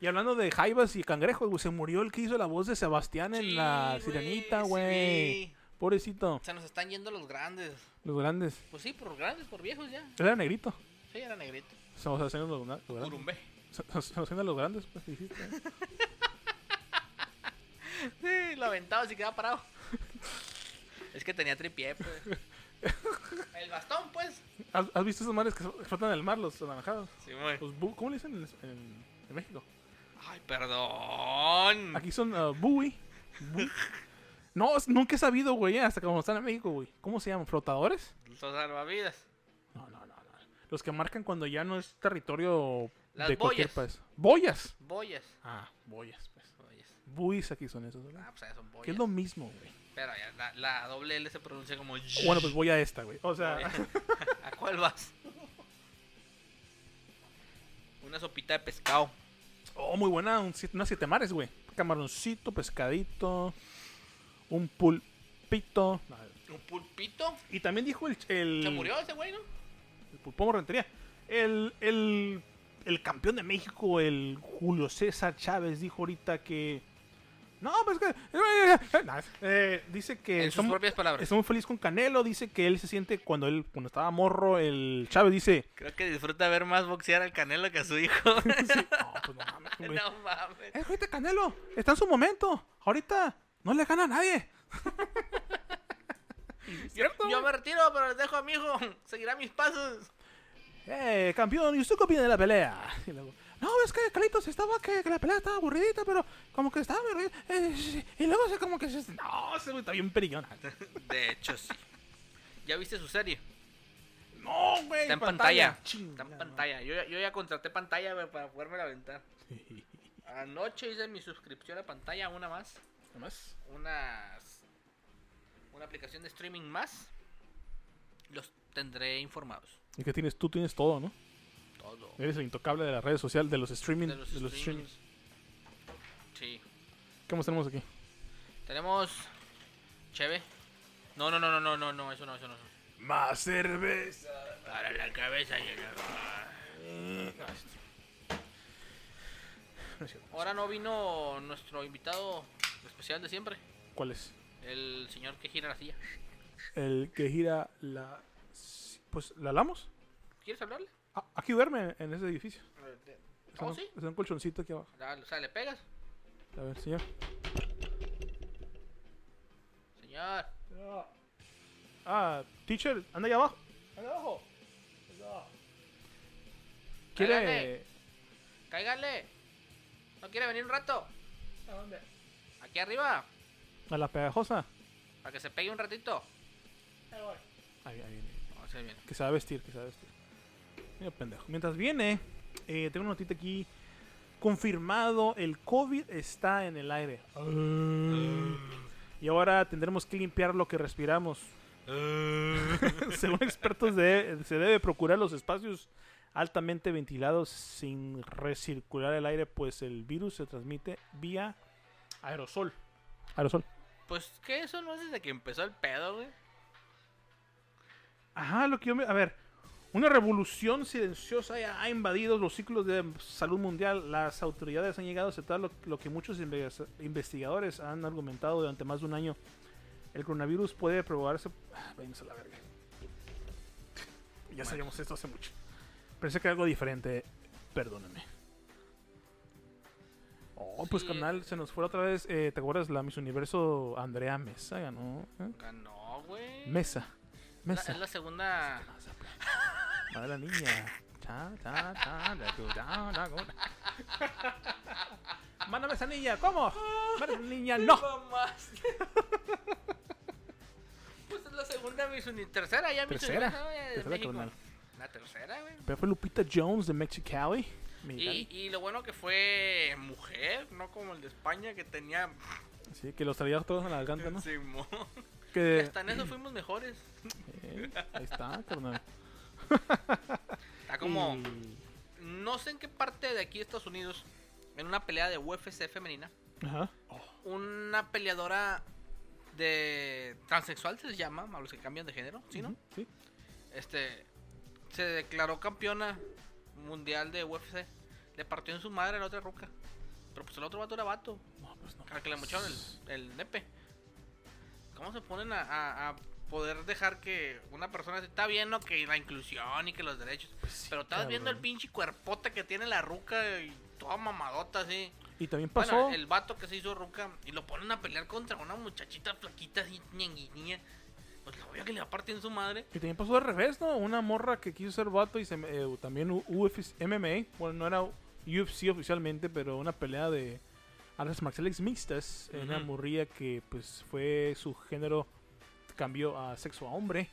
B: Y hablando de Jaivas y cangrejos, güey. Se murió el que hizo la voz de Sebastián en
A: Sí,
B: la
A: güey,
B: sirenita,
A: sí
B: güey.
A: vi.
B: Pobrecito.
A: Se nos están yendo los grandes.
B: Los grandes.
A: Pues sí, por grandes, por viejos ya.
B: Él era negrito.
A: Sí, era negrito.
B: Estamos haciendo los, gra- los grandes.
A: Curumbé.
B: Estamos haciendo los grandes, pues, dijiste.
A: Sí, lo aventaba si quedaba parado. Es que tenía tripié, pues. El bastón, pues.
B: ¿Has, has visto esos mares que so- flotan en el mar, los anaranjados?
A: Sí, muy.
B: Los bu- ¿Cómo le dicen en, en- en México?
A: Ay, perdón.
B: Aquí son ah, buoy. Bu- No, es- nunca he sabido, güey, eh, hasta cuando están en México, güey. ¿Cómo se llaman? ¿Flotadores?
A: Los salvavidas.
B: No, no, no, no. Los que marcan cuando ya no es territorio
A: Las
B: de cualquier
A: boyas.
B: país. ¡Boyas!
A: Boyas.
B: Ah, boyas, pues.
A: Boyas.
B: Buis aquí son esos, ¿verdad?
A: Ah, pues ahí son boyas.
B: que es lo mismo, güey.
A: Pero ya, la, la doble L se pronuncia como.
B: Bueno, pues voy a esta, güey. O sea,
A: ¿A cuál vas? Una sopita de pescado.
B: oh, muy buena. Un, siete- unas siete mares, güey. Camaroncito, pescadito, un pulpito. No,
A: ¿Un pulpito?
B: Y también dijo el. el Eh, pues,
A: ¿Se murió ese güey, no?
B: El pulpón Rentería. El, el el campeón de México, el Julio César Chávez, dijo ahorita que. No, pues que. Eh, dice que.
A: en sus
B: estamos-
A: propias palabras.
B: Está muy feliz con Canelo, dice que él se siente cuando él cuando estaba morro, el Chávez dice,
A: Creo que disfruta ver más boxear al Canelo que a su hijo.
B: no, pues no mames, güey.
A: no mames.
B: Eh, ahorita Canelo, está en su momento. Ahorita no le gana a nadie.
A: Yo, yo me retiro, pero les dejo a mi hijo. Seguirá mis pasos.
B: Eh, campeón, ¿y usted qué opina de la pelea? Y luego, no, es que Carlitos estaba que, que la pelea estaba aburridita, pero como que estaba aburrida. eh, sí, y luego se como que se, no, se está bien perillón.
A: De hecho, sí. ¿Ya viste su serie?
B: No, güey.
A: Está en pantalla.
B: Chinga,
A: Está en
B: madre.
A: pantalla. Yo, ya- yo ya contraté pantalla güey, para poderme la aventar. Anoche hice mi suscripción a pantalla, una más.
B: ¿Qué más?
A: Unas, una aplicación de streaming más. Los tendré informados.
B: Y que tienes tú tienes todo, ¿no?
A: Todo.
B: Eres el intocable de las redes sociales, de los streaming,
A: De los,
B: de los streaming.
A: streamings. Sí.
B: ¿Qué más tenemos aquí?
A: Tenemos. Cheve. No, no, no, no, no, no, no, eso no, eso no. eso no.
B: Más cerveza.
A: Para la cabeza y el-
B: este,
A: Ahora no vino nuestro invitado especial de siempre,
B: ¿Cuál es?
A: el señor que gira la silla.
B: El que gira la. Pues, ¿la hablamos?
A: ¿Quieres hablarle?
B: Ah, aquí duerme en ese edificio. Está
A: ¿Oh,
B: un-
A: sí?
B: Está un colchoncito aquí abajo.
A: Dale, O sea, le pegas.
B: A ver, señor.
A: Señor,
B: Ah, teacher, anda ahí abajo. Anda abajo. ¿Quiere.
A: Adelante. cáigale. ¿No quiere venir un rato?
B: ¿A dónde?
A: Aquí arriba,
B: A la pegajosa.
A: para que se pegue un ratito.
B: Ahí, ahí viene.
A: No, se viene.
B: Que se va a vestir, que se va a vestir. Mira, pendejo. Mientras viene, eh, tengo una notita aquí. Confirmado, el COVID está en el aire. Ah. Y ahora tendremos que limpiar lo que respiramos. Según expertos, de- se debe procurar los espacios altamente ventilados sin recircular el aire, pues el virus se transmite vía aerosol. Aerosol.
A: Pues que eso no es desde que empezó el pedo, güey.
B: Ajá, lo que yo me... A ver, una revolución silenciosa ya ha invadido los ciclos de salud mundial. Las autoridades han llegado a aceptar lo, lo que muchos inve- investigadores han argumentado durante más de un año. El coronavirus puede probarse... Ah, váyanse a la verga. Ya sabíamos esto hace mucho. Pensé que era algo diferente. Perdóname. Oh, pues
A: Sí.
B: canal, se nos fue otra vez. eh, ¿Te acuerdas la Miss Universo Andrea Mesa ganó? ¿eh?
A: Ganó, güey.
B: Mesa.
A: Es la-
B: Mesa.
A: es la segunda.
B: Madre la niña. Cha, cha, cha, da, du, da, da, gu, da. Mándame esa niña, ¿cómo? Mándame esa niña, no.
A: pues es la segunda Miss Uni- Tercera ya Miss
B: Tercera,
A: Universo, güey, de
B: tercera
A: México.
B: carnal.
A: La tercera, güey.
B: Pero fue Lupita Jones de Mexicali.
A: Y,
B: mexicali.
A: y lo bueno que fue mujer, no como el de España que tenía.
B: Sí, que los traía todos en la garganta, ¿no? Eh.
A: Simón.
B: Que,
A: Hasta en eso fuimos mejores.
B: Eh, ahí está, carnal.
A: Está como.
B: Y-
A: No sé en qué parte de aquí de Estados Unidos, en una pelea de UFC femenina,
B: Ajá.
A: una peleadora de transexual se les llama, a los que cambian de género, ¿sí no?
B: Ujú, Sí.
A: Este se declaró campeona mundial de UFC. Le partió en su madre a la otra ruca. Pero pues el otro vato era vato.
B: No, pues no.
A: Al que le mocharon el, el nepe. ¿Cómo se ponen a, a- a poder dejar que una persona se- está bien, ¿no? Que la inclusión y que los derechos.
B: Pues sí,
A: Pero estabas viendo el
B: cabrón.
A: pinche cuerpote que tiene la ruca y toda mamadota así.
B: Y también pasó.
A: Bueno, el vato que se hizo ruca y lo ponen a pelear contra una muchachita flaquita así, ñanguiña. Pues la obvio que le va a partir en su madre.
B: Y también pasó al revés, ¿no? Una morra que quiso ser vato y se, me- eh, también U- UFC, MMA. Bueno, no era UFC oficialmente, pero una pelea de artes marciales mixtas. en Una
A: Ujú.
B: morrilla que, pues, fue su género, cambió a sexo a hombre.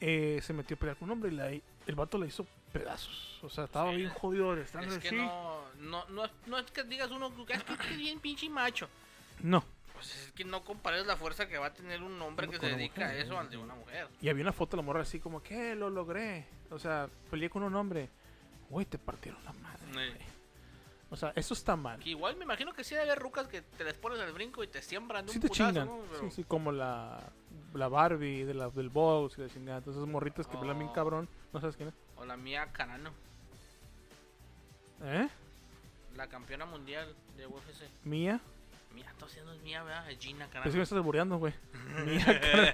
B: Eh, se metió a pelear con un hombre y la hi- el vato la hizo pedazos. O sea, estaba
A: Sí.
B: bien jodido de estar
A: Es que
B: así. No.
A: no, no, no, es- no es que digas uno, es que este es bien pinche macho. Pues es que no compares la fuerza que va a tener un hombre
B: Con-
A: que se
B: con la
A: dedica a
B: mujer,
A: eso
B: ¿no?
A: al de una mujer.
B: Y había una foto de la morra así como, que Lo logré. O sea, peleé con un hombre. Güey, te partieron la madre.
A: Sí.
B: güey. O sea, eso está mal.
A: Que igual me imagino que sí debe haber rucas que te les pones al brinco y te siembran de
B: Sí
A: un
B: te
A: putazo,
B: chingan.
A: ¿no? Pero-
B: Sí, sí, como la, la Barbie de la, del
A: Ah.
B: box y la chingada. Todas esas morritas que pelean bien
A: Oh.
B: cabrón. No sabes quién es.
A: O la mía canano.
B: ¿Eh?
A: La campeona mundial de UFC.
B: Mía.
A: Mira, entonces no es mía, ¿verdad? Es Gina
B: Es
A: Carano.
B: que me estás burleando, güey. Mía,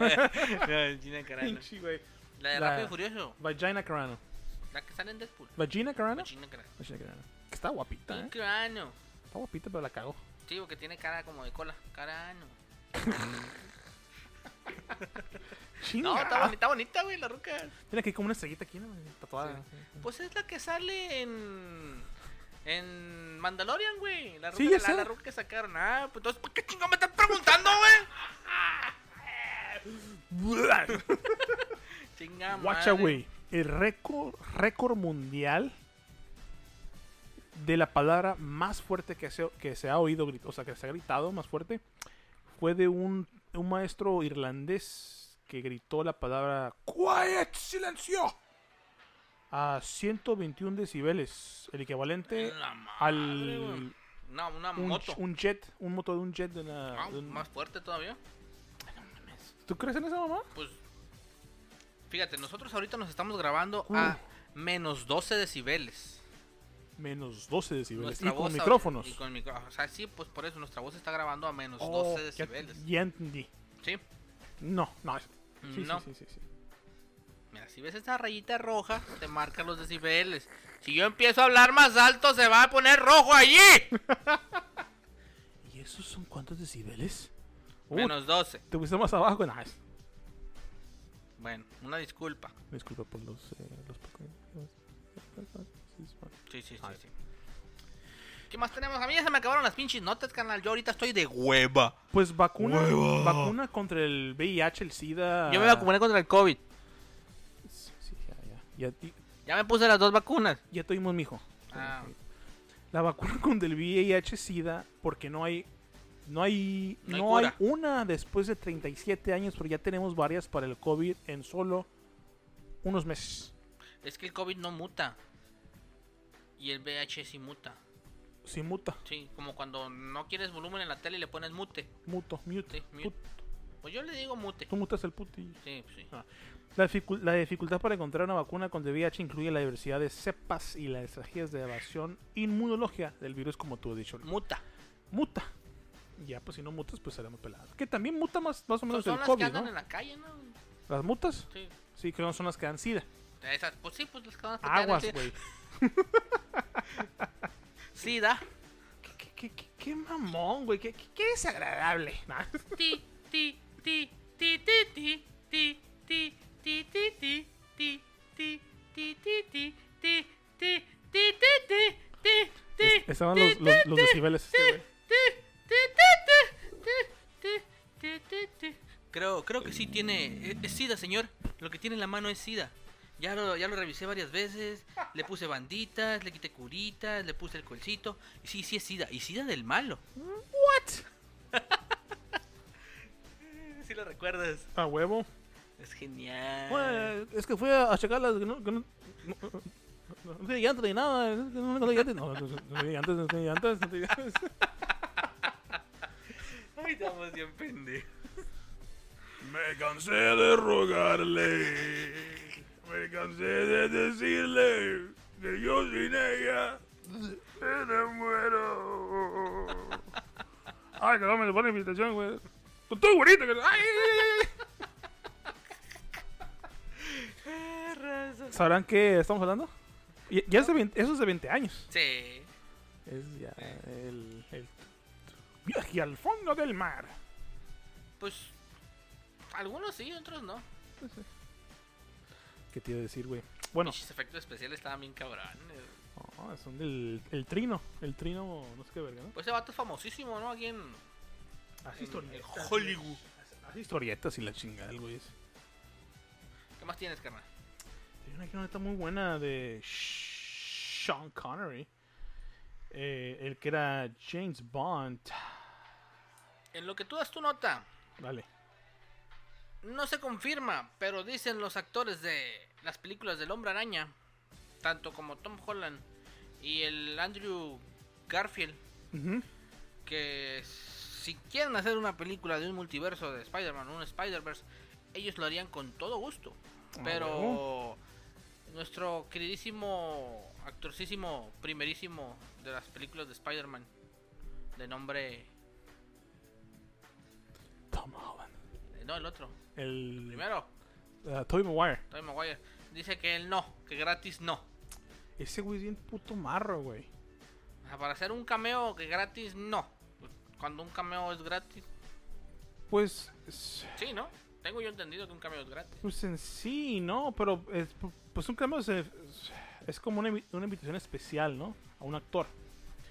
A: No, es Gina Carano.
B: Pinche, güey.
A: La de
B: La-
A: Rápido y Furioso.
B: Vagina Carano.
A: La que sale en Deadpool.
B: ¿Vagina Carano?
A: Gina Carano.
B: Vagina Carano. Que está guapita, ¿eh?
A: Carano.
B: Está guapita, pero la cago.
A: Sí, porque tiene cara como de cola. Carano. No, está
B: Chinga.
A: bonita, está bonita, güey, la ruca.
B: Tiene que ir como una estrellita aquí, ¿no? Tatuada.
A: Pues es la que sale en. En Mandalorian, güey. La ruca,
B: Sí, ya
A: la,
B: sé.
A: la ruca que sacaron. Ah, pues entonces, ¿por qué chingón me estás preguntando, güey? Chinga,
B: Watch
A: madre.
B: away. El récord, récord mundial de la palabra más fuerte que se, que se ha oído, grit- o sea, que se ha gritado más fuerte, fue de un, un maestro irlandés que gritó la palabra Quiet Silencio a 121 decibeles, el equivalente
A: La madre, güey.
B: al
A: No, una
B: un,
A: moto.
B: un jet, un motor de un jet de una...
A: Ah,
B: de un-
A: Más fuerte todavía.
B: ¿Tú crees en esa mamá?
A: Pues. Fíjate, nosotros ahorita nos estamos grabando
B: Uh.
A: a menos 12 decibeles.
B: Menos 12 decibeles.
A: Nuestra
B: y con
A: voz ahorita-
B: micrófonos.
A: Y con micrófonos. O sea, sí, pues por eso nuestra voz está grabando a menos
B: Oh,
A: 12
B: ya-
A: decibeles.
B: Ya entendí.
A: Sí.
B: No, no. es- Sí,
A: no.
B: sí, sí, sí, sí.
A: Mira, si ves esa rayita roja, te marca los decibeles. Si yo empiezo a hablar más alto, se va a poner rojo allí.
B: ¿Y esos son cuántos decibeles? Uh,
A: Menos 12.
B: Te pusiste más abajo. Nah, es-
A: Bueno, una disculpa.
B: me disculpa por los... eh, los pequeños-
A: Sí, sí, sí, sí. ¿Qué más tenemos? A mí ya se me acabaron las pinches notas, carnal. Yo ahorita estoy de hueva.
B: Pues vacuna, vacuna contra el VIH, el SIDA.
A: Yo me vacuné contra el COVID.
B: Sí, sí, ya, ya. Ya, y-
A: Ya me puse las dos vacunas.
B: ya tuvimos, mijo.
A: Ah.
B: La vacuna contra el VIH-Sida, porque no hay. No hay.
A: No
B: No,
A: hay
B: hay,
A: cura.
B: una después de 37 años, pero ya tenemos varias para el COVID en solo unos meses.
A: Es que el COVID no muta. Y el VH sí muta.
B: Sin muta,
A: Sí, como cuando no quieres volumen en la tele y le pones mute.
B: muto, mute.
A: Sí, mute.
B: put.
A: Pues yo le digo mute.
B: tú mutas el puti.
A: Sí, pues sí.
B: Ah. La, dificu- la dificultad para encontrar una vacuna contra el VIH incluye la diversidad de cepas y las estrategias de evasión inmunológica del virus, como tú has dicho.
A: Muta.
B: Muta. Ya, pues si no mutas, pues seremos pelados. Que también muta más, más o
A: Son,
B: menos
A: son
B: el
A: las que
B: COVID,
A: andan
B: ¿no?
A: en la calle, ¿no?
B: Las mutas,
A: Sí.
B: sí, creo que son las que dan SIDA.
A: Esas, pues sí, pues las que andan en la calle.
B: Aguas,
A: sí.
B: güey.
A: Sí, da.
B: ¿Qué, qué, qué, qué, qué mamón, güey. Qué, qué, qué desagradable. Nah.
A: Ti, ti, ti, ti, ti, ti, ti, ti, ti, ti, ti, ti, ti, ti, ti, ti, ti, ti, ti, ti, ti, ti, ti,
B: Es- Estaban
A: ti,
B: los, los,
A: ti,
B: los
A: ti,
B: decibeles. Este, güey.
A: ti, ti, ti, ti, ti, ti, ti, ti. Creo, creo que sí tiene. eh, Es, es SIDA, señor. Lo que tiene en la mano es SIDA. Ya lo, ya lo revisé varias veces. Le puse banditas, le quité curitas, le puse el colcito. Y sí, sí es SIDA. Y SIDA del malo. ¿What? sí lo recuerdas.
B: A huevo.
A: Es genial.
B: Bueno, es que fui a, a checarlas. que No, que no, no, no, no, no tenía llantas ni nada. es que No me encontré llantas. No, no, no, no tenía llantas, no tenía llantas. No tenía llantas.
A: Ay, estamos bien pendejos.
B: Me cansé de rogarle. Me cansé de decirle que yo sin ella me muero. Ay, que no me le pone invitación, güey. Tú, tú, güerito, que... ay, ay, ay. ¿Sabrán qué estamos hablando? Y- Ya es de 20 eso es de 20 años.
A: Sí.
B: Es ya el, el viaje al fondo del mar.
A: Pues. Algunos sí, otros no.
B: ¿Qué te iba a decir, güey? Bueno,
A: Los efectos especiales estaban bien cabrones.
B: Ah, son del el trino. El trino, no sé qué verga, ¿no?
A: Pues ese vato es famosísimo, ¿no? Aquí en.
B: Hace
A: historietas, en Hollywood.
B: Hace historietas y la chingada, el güey. ese.
A: ¿Qué más tienes, carnal?
B: Hay una que no está muy buena de Sean Connery. Eh, el que era James Bond.
A: En lo que tú das tu nota,
B: Vale.
A: no se confirma, pero dicen los actores de las películas del Hombre Araña, tanto como Tom Holland y el Andrew Garfield,
B: Ujú.
A: que si quieren hacer una película de un multiverso de Spider-Man, un Spider-Verse, ellos lo harían con todo gusto.
B: Ah,
A: Pero Nuestro queridísimo, actorcísimo, primerísimo de las películas de Spider-Man. De nombre.
B: Tom Holland.
A: eh, No, el otro.
B: El.
A: Primero,
B: ah, Tobey Maguire.
A: Tobey Maguire. Dice que él no, que gratis no.
B: Ese güey es bien puto marro, güey.
A: O sea, para hacer un cameo que gratis no. Pues, Cuando un cameo es gratis,
B: Pues. es-
A: sí, ¿no? Tengo yo entendido que un cameo es gratis.
B: Pues en sí, no, pero. es- pues un cambio se- es como una, invi- una invitación especial, ¿no? A un actor.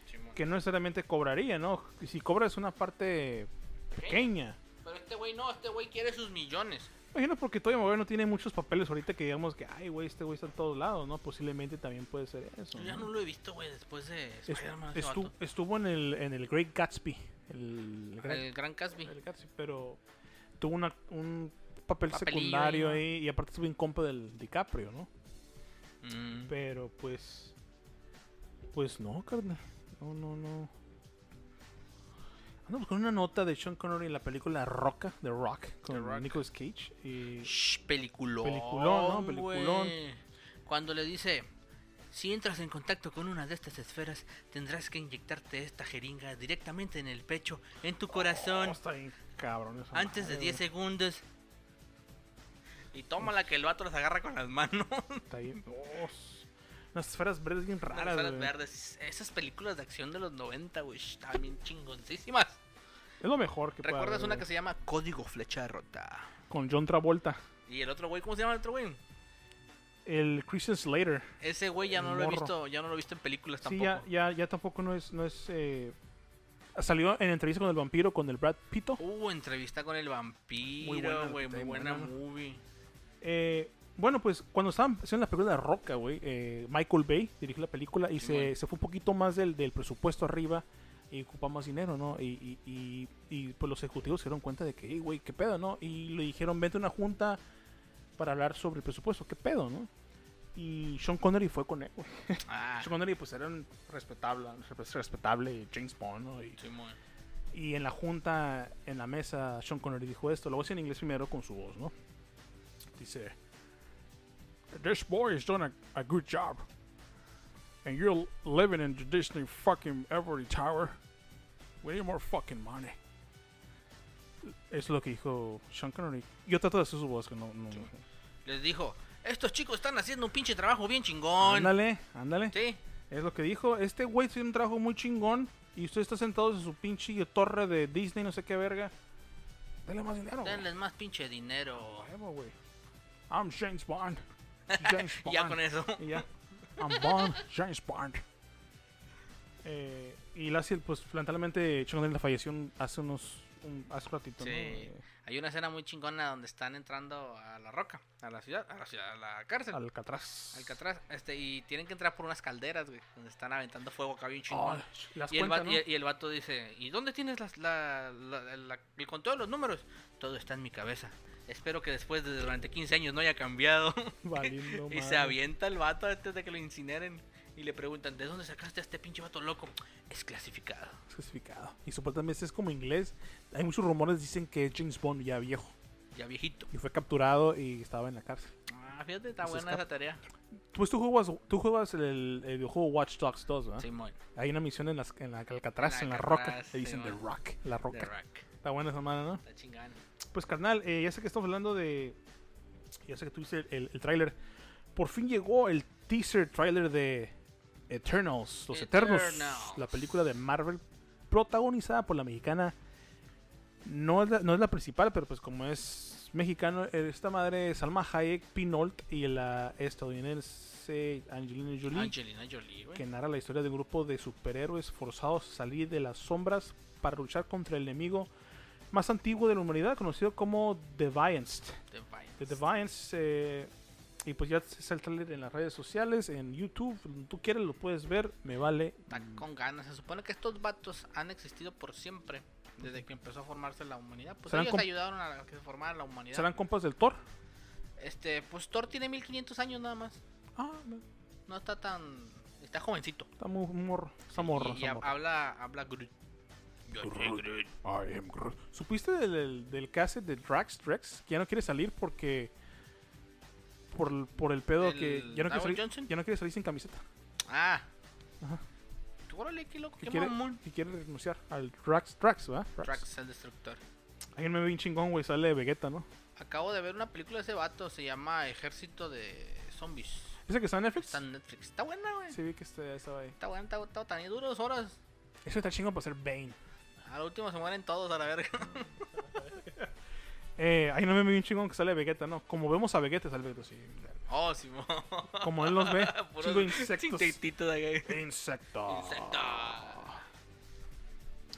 A: Simón.
B: Que no necesariamente cobraría, ¿no? Si cobras una parte pequeña.
A: Pero este güey no, este güey quiere sus millones.
B: Imagino porque Tobey Maguire no tiene muchos papeles ahorita que digamos que, ay, güey, este güey está en todos lados, ¿no? Posiblemente también puede ser eso.
A: Yo ya no
B: ¿no?
A: lo he visto, güey, después de
B: Es-
A: Spider-Man. ese
B: estu-
A: vato.
B: estuvo en el, en el Great Gatsby. El, gran-
A: El gran Casby.
B: el Gatsby, pero tuvo una- un papel
A: Papelillo
B: secundario
A: ahí,
B: ahí, y aparte estuvo en compa del DiCaprio, ¿no?
A: Mm.
B: Pero pues. Pues no, carnal. No, no, no. Ando buscando una nota de Sean Connery en la película Roca, The Rock, con
A: Rock.
B: Nicolas Cage. Y
A: Shh, peliculón.
B: Peliculón, ¿no? Peliculón.
A: güey. Cuando le dice, si entras en contacto con una de estas esferas, tendrás que inyectarte esta jeringa directamente en el pecho, en tu corazón,
B: Oh, está bien cabrón esa
A: antes de
B: madre,
A: 10 segundos. Y tómala que el vato las agarra con las manos.
B: güey. Está bien. oh, s- unas esferas verdes bien
A: Las
B: raras.
A: esferas
B: güey.
A: verdes. Esas películas de acción de los 90, güey, estaban bien chingoncísimas.
B: Es lo mejor que puede
A: ¿Recuerdas
B: haber,
A: una
B: güey.
A: que se llama Código Flecha Rota?
B: Con John Travolta.
A: Y el otro güey, ¿cómo se llama el otro güey?
B: El Christian Slater.
A: Ese güey ya
B: El
A: no lo he
B: morro.
A: visto, ya no lo he visto en películas
B: Sí,
A: tampoco.
B: ya, ya, ya tampoco no es. No es eh, Salió en entrevista con el vampiro, con el Brad Pito.
A: Uh, entrevista con el
B: Muy buena,
A: vampiro, güey, muy
B: muy
A: buena
B: buena.
A: movie.
B: Eh, bueno, pues cuando estaban haciendo la película de Roca, güey, eh, Michael Bay dirigió la película y
A: Sí,
B: se,
A: güey.
B: se fue un poquito más del, del presupuesto arriba y ocupó más dinero, ¿no? Y, y, y- y, pues los ejecutivos se dieron cuenta de que, "Ey, güey, qué pedo, ¿no? Y le dijeron, vente a una junta para hablar sobre el presupuesto, qué pedo, ¿no? Y Sean Connery fue con él, güey.
A: Ah,
B: Sean Connery pues era un respetable, respetable James Bond, ¿no? Y,
A: Simón.
B: y en la junta, en la mesa, Sean Connery dijo esto. Lo voy a decir en inglés primero con su voz, ¿no? Dice: This boy has done a, a good job. And you're living in the Disney fucking Every Tower. We need more fucking money. Es lo que dijo Sean Connery. Yo trato de hacer su voz, que no. no
A: Les dijo, estos chicos están haciendo un pinche trabajo bien chingón.
B: Ándale, ándale.
A: Sí,
B: Es lo que dijo. Este güey tiene un trabajo muy chingón. Y usted está sentado en su pinche torre de Disney, no sé qué verga. Dale más dinero. güey.
A: denles más pinche dinero.
B: Huevo, güey. I'm James Bond. James
A: Y
B: Bond.
A: ya con eso.
B: Y ya. I'm Bond. James Bond. Eh, y Lassie, pues, lamentablemente, Sean Connery la falleció un- hace unos. un- hace ratito,
A: Sí.
B: ¿no? Eh,
A: Hay una escena muy chingona donde están entrando a la roca, a la ciudad, a la ciudad, a la cárcel.
B: Alcatraz.
A: Alcatraz, este, y tienen que entrar por unas calderas, güey, donde están aventando fuego acá bien
B: Oh,
A: chingón.
B: las
A: Y el,
B: cuenta,
A: va-
B: ¿no?
A: y- y el vato dice, ¿y dónde tienes las- la- la- la- el conteo de los números? Todo está en mi cabeza. Espero que después de durante 15 años no haya cambiado.
B: Valiendo
A: y se
B: madre.
A: avienta el vato antes de que lo incineren. Y le preguntan, ¿de dónde sacaste a este pinche vato loco? Es clasificado.
B: Especificado. Y supuestamente es como inglés. Hay muchos rumores dicen que es James Bond ya viejo.
A: Ya viejito.
B: Y fue capturado y estaba en la cárcel.
A: Ah, fíjate, está
B: Se
A: buena
B: escapa.
A: esa tarea.
B: Pues tú juegas, tú juegas el, el videojuego Watch Dogs 2, ¿verdad?
A: Simón,
B: Hay una misión en, las, en la Alcatraz, en la
A: Alcatraz,
B: roca. Le dicen The
A: Simón.
B: Rock. La roca.
A: de Rack.
B: Está buena esa madre, ¿no?
A: Está chingando.
B: Pues carnal, eh, ya sé que estamos hablando de... Ya sé que tuviste el, el, tráiler. Por fin llegó el teaser tráiler de Eternals. Los Eternos.
A: Eternals.
B: La película de Marvel protagonizada por la mexicana. No es la, no es la principal, pero pues como es mexicano, eh, esta madre es Salma Hayek, Pinolt y la estadounidense Angelina Jolie
A: Angelina Jolie, güey.
B: que narra la historia de un grupo de superhéroes forzados a salir de las sombras para luchar contra el enemigo más antiguo de la humanidad, conocido como Deviance.
A: The Vines.
B: The Deviance, eh, y pues ya es el trailer en las redes sociales, en YouTube, donde tú quieres lo puedes ver, me vale.
A: Está con ganas. Se supone que estos vatos han existido por siempre. Desde que empezó a formarse la humanidad. Pues
B: Serán
A: ellos
B: com-
A: ayudaron a que se formara la humanidad.
B: ¿Serán compas del Thor?
A: Este, pues Thor tiene 1500 años nada más.
B: Ah, no,
A: No está tan. Está jovencito.
B: está muy muy morro, está morro,
A: y y
B: está
A: ha-
B: morro.
A: habla, habla Groot. Yo soy Groot.
B: I am Groot. ¿Supiste del, del, del caso de Drax Drex? Que ya no quiere salir porque por, por el pedo
A: ¿Del
B: que ya no, quiere
A: Dwayne
B: salir,
A: Johnson?
B: ya no quiere salir sin camiseta.
A: Ah.
B: Ajá.
A: Órale, qué loco,
B: Que
A: qué
B: quiere,
A: mamón.
B: que quiere renunciar al Trax, Trax, ¿verdad?
A: Trax, el destructor.
B: Alguien me ve bien chingón, güey, sale de Vegeta, ¿no?
A: Acabo de ver una película de ese vato, se llama Ejército de Zombies.
B: ¿Ese que está en Netflix?
A: Está en Netflix. Está buena, güey.
B: Sí, vi que este- estaba ahí.
A: Está buena, está, está, tan dura dos horas.
B: Eso está chingón para ser Bane.
A: A lo último se mueren todos a la verga.
B: Eh, hay un meme bien chingón que sale de Vegeta, ¿no? Como vemos a Vegeta, sale Vegeta así.
A: Oh, Simón.
B: Como él los ve.
A: Puros
B: chingo de insectos.
A: Insectitos de acá.
B: Insectos.
A: Insecto.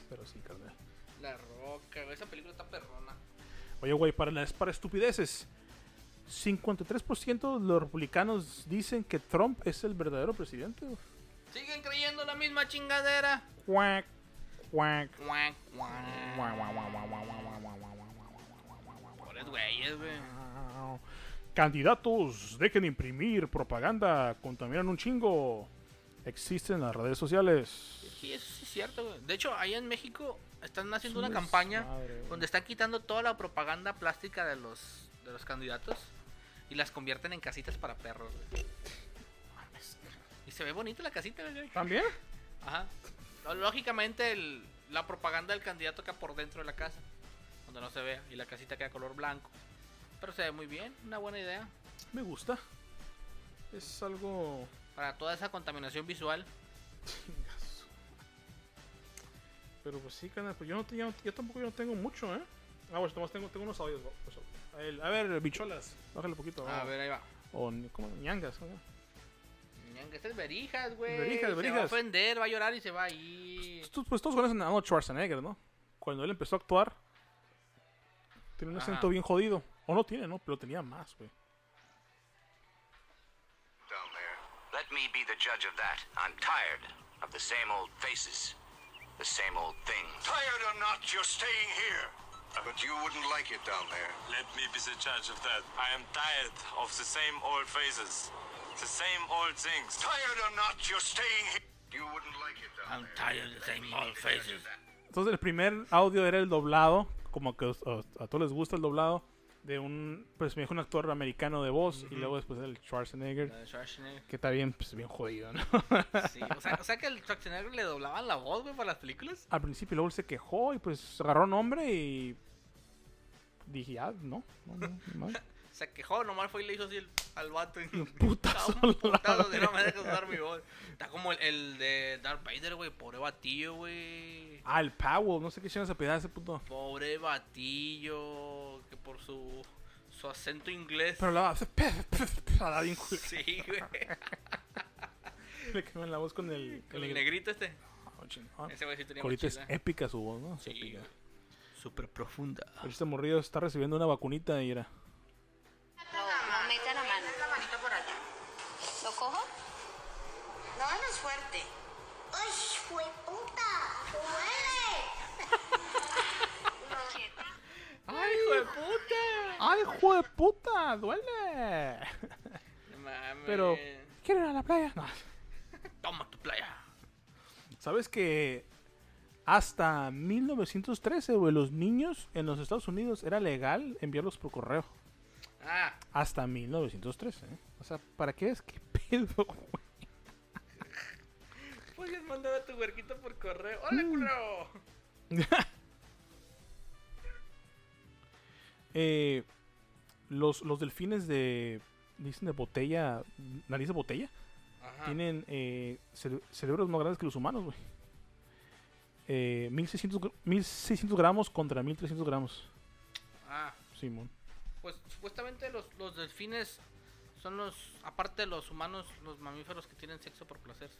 B: Pero sí, carnal.
A: La roca, güey. Esa película está perrona.
B: Oye, güey, para las para estupideces. 53% de los republicanos dicen que Trump es el verdadero presidente. güey.
A: Siguen creyendo la misma chingadera.
B: Cuac, cuac.
A: Cuac, cuac. Pobres güeyes, güey.
B: Candidatos, dejen de imprimir propaganda, contaminan un chingo. Existen las redes sociales.
A: Sí, eso sí es cierto, güey. De hecho, ahí en México están haciendo
B: Es
A: una
B: un
A: campaña
B: desmadre, güey.
A: donde están quitando toda la propaganda plástica de los, de los candidatos y las convierten en casitas para perros, güey. Y se ve bonita la casita, güey.
B: ¿También?
A: Ajá. No, Lógicamente, el- la propaganda del candidato queda por dentro de la casa, donde no se vea, y la casita queda color blanco. Pero se ve muy bien, una buena idea
B: Me gusta. Es algo.
A: para toda esa contaminación visual.
B: Pero pues sí, canal, pues yo, no, te- yo, no- yo tampoco yo no tengo mucho, ¿eh? Ah, pues nomás tengo, tengo unos audios. va, pues, a ver, a ver, bicholas, bájale un poquito.
A: A
B: ah,
A: ver, ahí va.
B: O ni- ¿cómo? ñangas. ¿no?
A: Ñanga, este es Berijas, güey.
B: Berijas,
A: Se va a
B: Berijas.
A: ofender, va a llorar y se va a ir.
B: Tú- Pues todos conocen a Arnold Schwarzenegger, ¿no? Cuando él empezó a actuar, tiene un
A: Ajá.
B: acento bien jodido. O no tiene, ¿no? Pero tenía más, güey.
E: down there. Let me be the judge of that. I'm tired of the same old faces, the same old things.
F: Tired or not, you're staying here. But you wouldn't like it down there.
G: Let me be the judge of that. I am tired of the same old faces, the same old things.
F: Tired or not, you're staying here. You wouldn't like it down
A: I'm
F: there.
A: tired of the same old faces.
B: Entonces el primer audio era el doblado, como que os- os- a, todos les gusta el doblado, de un, pues me dijo un actor americano de voz, y luego después el Schwarzenegger,
A: La de Schwarzenegger.
B: que está bien, pues bien jodido, ¿no?
A: Sí, o sea, o sea que el Schwarzenegger le doblaban la voz, güey, para las películas.
B: Al principio luego él se quejó y pues agarró nombre y dije, ah, no, no, no, ni madre".
A: Se quejó, nomás fue y le hizo así el- al vato. Y...
B: putazo
A: Está un
B: a la
A: putazo de no me
B: verga.
A: dejas usar mi voz. Está como el, el de Darth Vader, güey. Pobre batillo, güey.
B: Ah, el Powell, no sé qué chingas se pedía ese puto.
A: Pobre batillo. Que por su, su acento inglés.
B: Pero la hablaba bien culero.
A: Sí, güey.
B: Le quemaban la voz con el,
A: Con el negrito este.
B: Ah, chingón.
A: Ese güey sí tenía
B: Ahorita es
A: mochila.
B: épica su voz, ¿no?
A: Sí,
B: épica.
A: güey. Súper profunda.
B: Ahorita este morrido está recibiendo una vacunita y era.
H: No, no meta la mano.
I: La manito por allá.
H: ¿Lo cojo?
I: No, no es fuerte. ¡Ay, fue puta! ¡Duele!
A: ¡Ay, hijo de puta!
B: ¡Ay, hijo de puta! ¡Duele!
A: Pues, No mames.
B: Pero, ¿quieren ir a la playa? No.
A: Toma tu playa.
B: ¿Sabes que hasta 1913, güey, los niños en los Estados Unidos era legal enviarlos por correo?
A: Ah,
B: Hasta 1913, ¿eh? O sea, ¿para qué es? ¿Qué pedo, güey?
A: puedes mandar a tu huerquito por correo. ¡Hola,
B: Mm.
A: culero!
B: Eh, los, los delfines de. Dicen de botella. Nariz de botella.
A: Ajá.
B: Tienen eh, cere- cerebros más grandes que los humanos, güey. Eh, 1600, gr- 1600 gramos contra 1300 gramos.
A: Ah,
B: Simón.
A: pues supuestamente los, los delfines son los, aparte de los humanos, los mamíferos que tienen sexo por placer.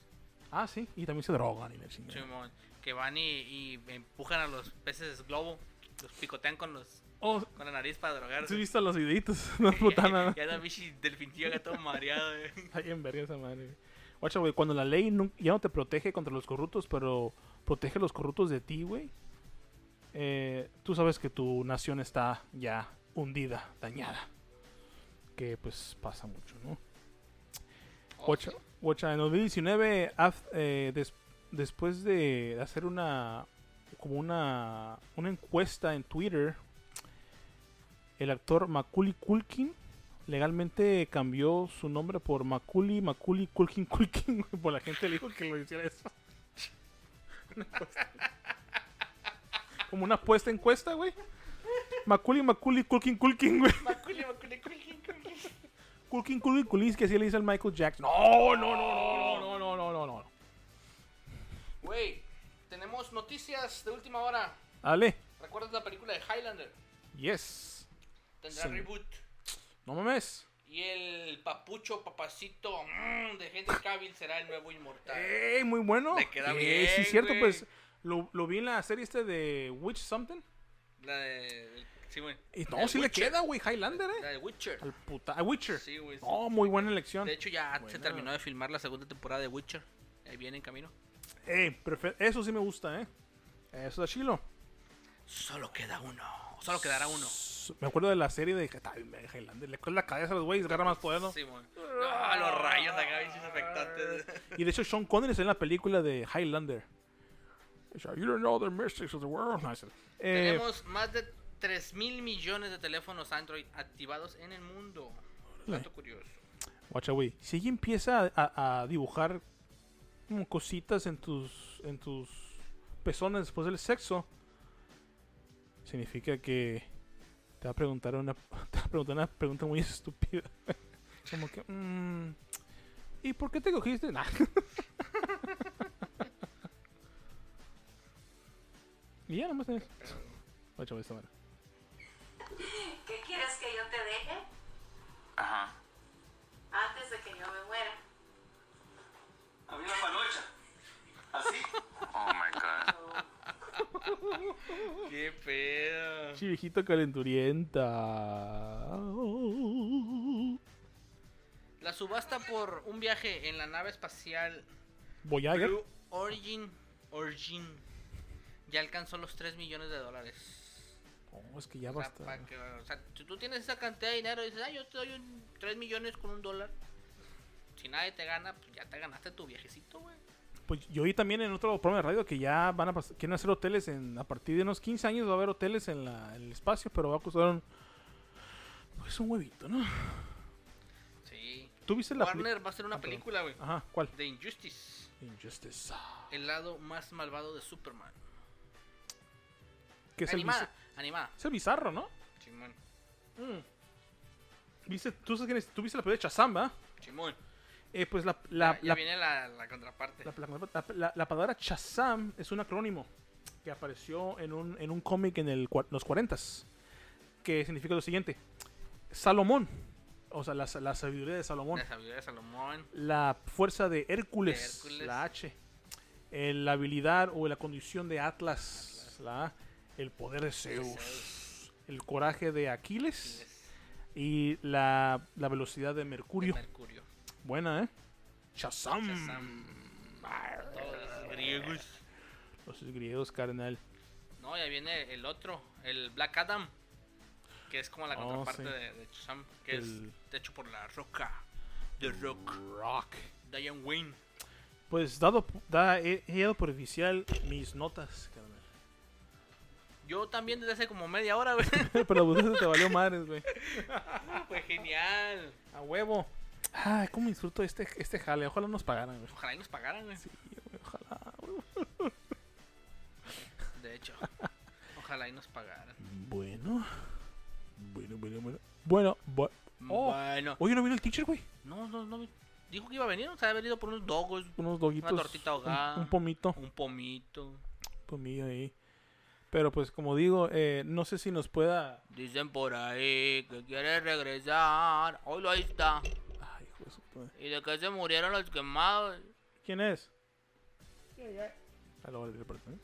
B: Ah, sí. Y también se drogan y la chingada.
A: Simón, que van y, y empujan a los peces globo, los picotean con los
B: Oh,
A: con la nariz para drogarse.
B: ¿sí has visto los videitos? No putana.
A: ya la bichi delfintillo acá todo mareado. eh.
B: Está bien verga esa madre, güey. Guacha, güey, cuando la ley nun- ya no te protege contra los corruptos, pero protege a los corruptos de ti, güey. eh, tú sabes que tu nación está ya hundida, dañada. Que pues pasa mucho, ¿no? Guacha, guacha, en 2019, haz- eh, des- después de hacer una como una, una encuesta en Twitter, el actor Macaulay Culkin legalmente cambió su nombre por Maculi, Maculi, Culkin, Culkin. güey, Por la gente le dijo que lo hiciera eso. Una apuesta. Como una puesta encuesta, güey. Maculi, Maculi, Culkin, Culkin, güey. Culkin, Culkin, Culkin, que así le dice al Michael Jackson. No, no, no, no, no, no, no, no, no.
A: Güey, tenemos noticias de última hora.
B: Ale,
A: ¿Recuerdas la película de Highlander?
B: yes.
A: Tendrá
B: Sí.
A: reboot.
B: No mames.
A: Y el papucho, papacito mm, de Henry Cavill será el nuevo inmortal.
B: ¡Ey, muy bueno!
A: Le queda
B: Ey,
A: bien,
B: Sí, cierto,
A: güey.
B: pues lo, lo vi en la serie este de Witch Something.
A: La de. Sí, güey.
B: Y
A: La de
B: no, sí le
A: Witcher.
B: queda, güey, Highlander,
A: La
B: eh.
A: de Witcher.
B: Al puta... a Witcher.
A: Sí, güey, sí.
B: Oh, muy buena elección.
A: De hecho, ya se
B: Buena.
A: terminó de filmar la segunda temporada de Witcher. Ahí viene en camino.
B: Ey, prefe- eso sí me gusta, eh. Eso de chilo.
A: Solo queda uno. Solo quedará uno.
B: Me acuerdo de la serie de que, "Ay, me- Highlander. Le corta la cabeza a los güeyes, agarra más poder, ¿no?
A: Sí, güey. Ah, los rayos acá, bichos afectantes.
B: Y de hecho, Sean Connery está en la película de Highlander. It's like, You don't know the mystics of the world. No, es el- Eh,
A: Tenemos más de 3 mil millones de teléfonos Android activados en el mundo. Dato curioso.
B: Watcha, güey. Si ella empieza a, a- a dibujar como cositas en tus, en tus pezones después del sexo, significa que te va a preguntar una, te va a preguntar una pregunta muy estúpida. como que, mm, ¿y por qué te cogiste? Nah. y ya, nomás tenés. Watcha, güey, está mal.
D: ¿Qué quieres que yo te deje?
E: Ajá.
D: Antes de que yo me muera.
E: Oh my god.
A: Qué pedo.
B: Sí, viejito calenturienta.
A: La subasta por un viaje en la nave espacial
B: Voyager.
A: Blue Origin, Origin ya alcanzó los 3 millones de dólares.
B: Oh, es que ya
A: O sea, pa'
B: basta.
A: que- o sea, si tú tienes esa cantidad de dinero y dices, ah, yo te doy un 3 millones con un dólar. Si nadie te gana, pues ya te ganaste tu viajecito, güey.
B: Pues yo vi también en otro programa de radio que ya van a pas- quieren hacer hoteles en a partir de unos 15 años va a haber hoteles en, la, en el espacio, pero va a costar un pues un huevito, ¿no?
A: Sí.
B: ¿Tú viste la peli-
A: Warner va a hacer una
B: Ah, perdón.
A: película, güey.
B: Ajá, ¿cuál?
A: De Injustice.
B: Injustice.
A: El lado más malvado de Superman.
B: Que es el,
A: animada,
B: bici-
A: animada.
B: es el bizarro, ¿no?
A: Simón.
B: ¿Viste, tú, sabes quién es- tú viste la película de Shazam, ¿verdad?
A: Simón.
B: Eh, pues la la,
A: ya, ya
B: la,
A: viene la, la contraparte.
B: la- la- la- la palabra Shazam es un acrónimo que apareció en un, en un cómic en el, cua- los 40s, que significa lo siguiente. Salomón, o sea, la, la sabiduría de Salomón.
A: La sabiduría de Salomón.
B: la fuerza de Hércules,
A: De Hércules.
B: la H, el- la habilidad o la condición de Atlas, la A, el poder de Zeus, el coraje de Aquiles y la, la velocidad de
A: de
B: Mercurio.
A: Mercurio.
B: Buena, ¿eh? Shazam.
A: Shazam.
B: Arr,
A: Todos los griegos.
B: Los griegos, carnal.
A: No, ya viene el otro, el Black Adam. Que es como la
B: Oh,
A: contraparte
B: sí.
A: de, de Shazam, que
B: El-
A: es hecho por la roca. The Rock.
B: Rock.
A: Diane Wayne.
B: Pues dado, da, he, he dado por oficial mis notas, carnal.
A: Yo también desde hace como media hora, güey.
B: Pero pues, te valió madres, güey.
A: Fue genial.
B: A huevo. Ay, cómo disfruto este, este jale. Ojalá nos pagaran, güey.
A: Ojalá y nos pagaran, güey.
B: Sí, güey, ojalá. güey.
A: De hecho. Ojalá y nos pagaran.
B: Bueno. Bueno, bueno, bueno. Bueno, bu- Oh.
A: Bueno.
B: Oye, ¿no vino el teacher, güey?
A: No, no, no. Dijo que iba a venir, o sea, ha venido por unos dogos.
B: Unos doguitos.
A: Una tortita ahogada.
B: Un, un pomito.
A: Un pomito.
B: pomillo ahí. Pero pues, como digo, eh, no sé si nos pueda...
A: Dicen por ahí que quiere regresar. Hoy lo ahí está.
B: Ay, hijo de su madre.
A: Y de que se murieron los quemados.
B: ¿Quién es? Ah, lo voy a abrir, perdón, ¿eh?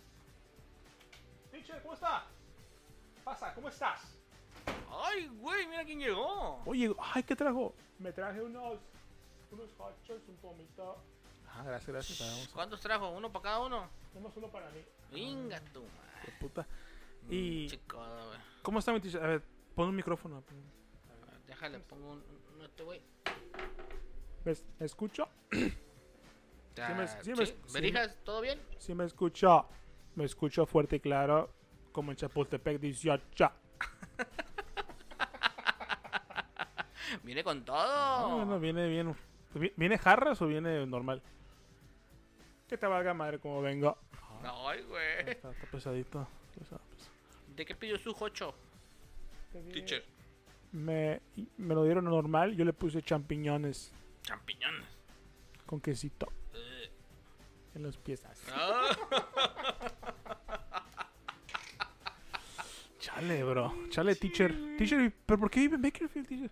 A: Ay, güey, mira quién llegó.
B: Oye, ay, ¿qué trajo? Me traje unos... Unos hotchos, un pomito. Ah, gracias, gracias. ahora vamos a-
A: ¿Cuántos trajo? ¿Uno para cada uno?
B: Tenemos uno para mí.
A: Venga tú, madre.
B: Qué puta. Y...
A: Chico, güey.
B: ¿Cómo está mi teacher? A ver, pon un micrófono.
A: Déjale, pongo un. un- un- este güey.
B: ¿Me, me escucho?
A: Ah,
B: me- sí me- sí me-
A: Berijas, ¿todo bien?
B: Sí, me escucho. Me escucho fuerte y claro, como en Chapultepec 18.
A: Viene con todo.
B: No, no, viene bien. vi- ¿Viene jarras o viene normal? Que te valga madre como vengo.
A: No, ay, güey.
B: Está, está pesadito. pesado, pesado.
A: ¿De qué pidió su jocho? Teacher.
B: Me, me lo dieron normal, yo le puse champiñones
A: Champiñones.
B: con quesito en las piezas. Chale, bro. Chale, teacher. Teacher, ¿pero por qué vive en Bakerfield, teacher?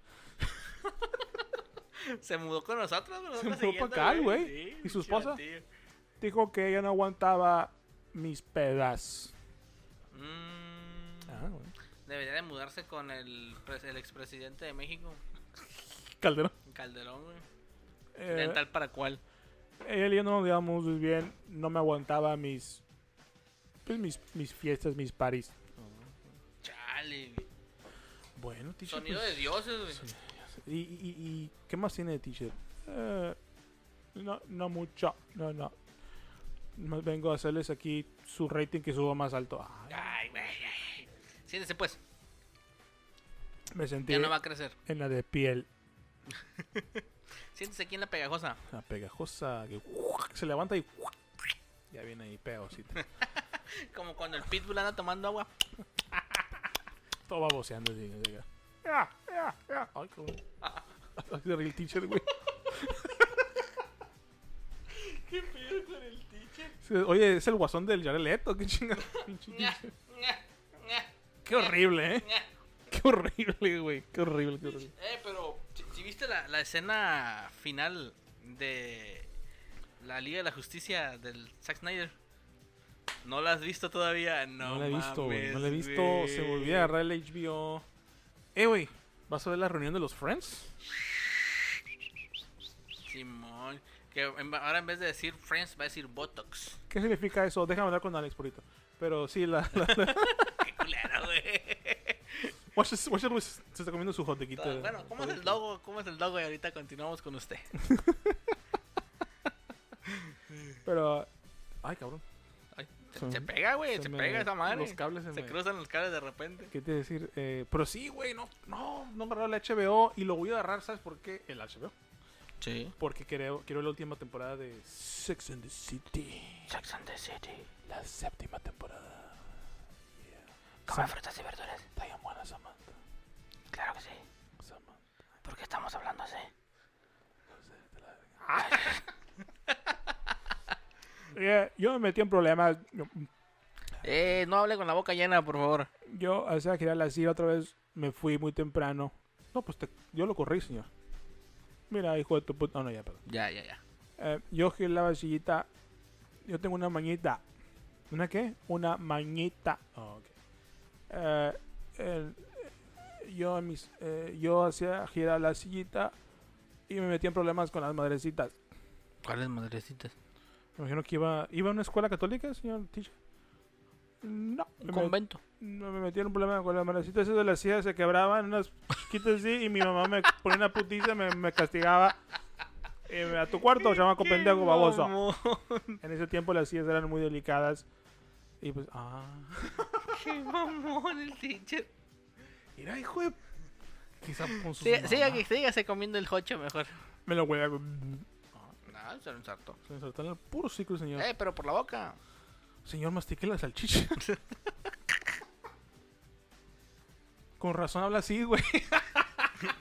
A: Se mudó con nosotros,
B: Se mudó para acá, güey. ¿Y su esposa? Dijo que ella no aguantaba mis pedas.
A: Mm.
B: Ah, bueno.
A: Debería de mudarse con el, pres- el expresidente de México,
B: Calderón.
A: Calderón, güey.
B: Eh,
A: De tal para cual.
B: él y yo no nos llevamos muy bien. No me aguantaba mis. Pues mis, mis fiestas, mis paris.
A: Chale, güey.
B: Bueno, teacher.
A: Sonido
B: pues,
A: de dioses, güey.
B: ¿y, y, y qué más tiene de teacher? Eh, no, no mucho. No, no. Más Vengo a hacerles aquí su rating que suba más alto. Ay,
A: Ay, güey. ay. Siéntese, pues.
B: me sentí
A: Ya no va a crecer.
B: en la de piel.
A: Siéntese aquí en la pegajosa.
B: La pegajosa que se levanta y ya viene ahí pegosita.
A: Como cuando el pitbull anda tomando agua.
B: Todo va voceando así. así. Ya, ya, ya. Ay, cabrón. Así de real teacher, güey.
A: ¿Qué pedo con el teacher?
B: Sí, Oye, es el guasón del Jared Leto. Qué chingada. Pinche teacher. Qué horrible, eh. Qué horrible, güey. Qué horrible, qué horrible.
A: Eh, pero si, si viste la, la escena final de la Liga de la Justicia del Zack Snyder. ¿No la has visto todavía? No,
B: No, la he visto, güey.
A: mames,
B: No la he visto. Se
A: güey.
B: volvió a agarrar el HBO. Eh, güey. ¿Vas a ver la reunión de los Friends?
A: Simón. Que en- ahora en vez de decir Friends va a decir Botox.
B: ¿Qué significa eso? Déjame hablar con Alex por ahorita. Pero sí, la, la- la-
A: Qué culero, güey.
B: Watch it, watch it, güey, se está comiendo su hot doggito.
A: Ah, Bueno, ¿cómo es el logo? ¿Cómo es el logo? Y ahorita continuamos con usted.
B: Pero. Ay, cabrón.
A: Ay, se,
B: Se-
A: se pega, güey.
B: se
A: Se,
B: me-
A: pega esa madre.
B: los cables se
A: se
B: me-
A: cruzan los cables de repente.
B: ¿Qué te decir? Eh, pero sí, güey, no, no, no agarró el HBO y lo voy a agarrar, ¿sabes por qué? El HBO.
A: Sí.
B: Porque quiero, quiero la última temporada de Sex and the City.
A: Sex and the City.
B: La séptima temporada.
A: Come frutas y verduras.
B: Está bien buena Samantha.
A: Claro que sí.
B: Samantha.
A: ¿Por qué estamos hablando así?
B: Eh, yo me metí en problemas. Yo,
A: Eh, no hable con la boca llena, por favor.
B: yo al hacer girar la silla otra vez me fui muy temprano. No, pues te- yo lo corrí, señor. Mira, hijo de tu puta. No, no, ya, perdón.
A: Ya, ya, ya.
B: Eh, yo la sillita. Yo tengo una mañita. ¿Una qué? Una mañita. Ah, ok. Eh, el- eh, yo en mis, eh, yo hacía girar la sillita y me metí en problemas con las madrecitas.
A: ¿Cuáles madrecitas?
B: Me imagino que iba, iba a una escuela católica, señor teacher. No,
A: Un
B: me
A: convento.
B: met- no, me metí en un problema con las madrecitas. Esas de las sillas se quebraban, unas chiquitas así, y mi mamá me ponía una putiza, me, me castigaba. Y me, a tu cuarto, chamaco pendejo baboso. En ese tiempo las sillas eran muy delicadas. Y pues, ah.
A: ¡Qué mamón el teacher!
B: Mira, hijo de. Quizá con sus
A: Siga, siga,
B: mamás.
A: sígase comiendo el hocho mejor.
B: Me lo huele.
A: No, se lo ensartó.
B: Se me saltó en el puro ciclo, señor.
A: Eh, pero por la boca.
B: Señor, mastiqué la salchicha. con razón habla así, güey.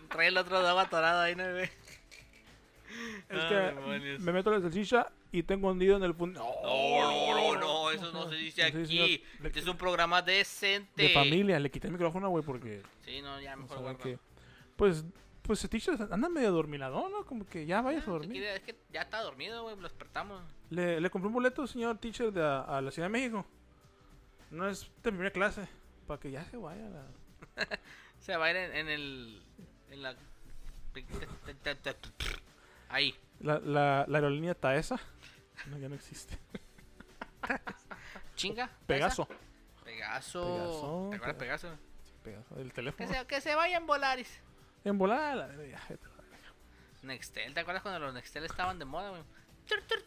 A: Trae el otro dedo atorado ahí, no ve.
B: Es
A: Ah,
B: que
A: demonios.
B: me meto la salchicha y tengo hundido en el fondo.
A: No, no, no, eso no se dice
B: Sí,
A: aquí.
B: señor.
A: Este es un programa decente.
B: De familia, le quité el micrófono, güey, porque.
A: Sí, no, ya
B: no
A: Este, mejor
B: sabe
A: guarda.
B: qué. Pues, pues, Salchicha anda medio dormiladón, ¿no? Como que ya vayas a
A: Si
B: dormir.
A: quiere, Ah, Es que ya está dormido, güey, lo despertamos.
B: Le, le compré un boleto, señor teacher, de a, a la Ciudad de México. No es de primera clase. Para que ya se vaya. La...
A: Se va a ir en, en el. En la. Ahí.
B: La, la, la aerolínea Taesa. No, ya no existe.
A: Chinga.
B: Pegaso.
A: Pegaso. Pegaso.
B: Pegaso,
A: ¿Te acuerdas de Pegaso?
B: Pegaso. El
A: Que
B: teléfono.
A: se, que se vaya en Volaris.
B: En volada. la verga, ya, vete a la verga.
A: Nextel, ¿te acuerdas cuando los Nextel estaban de moda, güey? Tur, tur.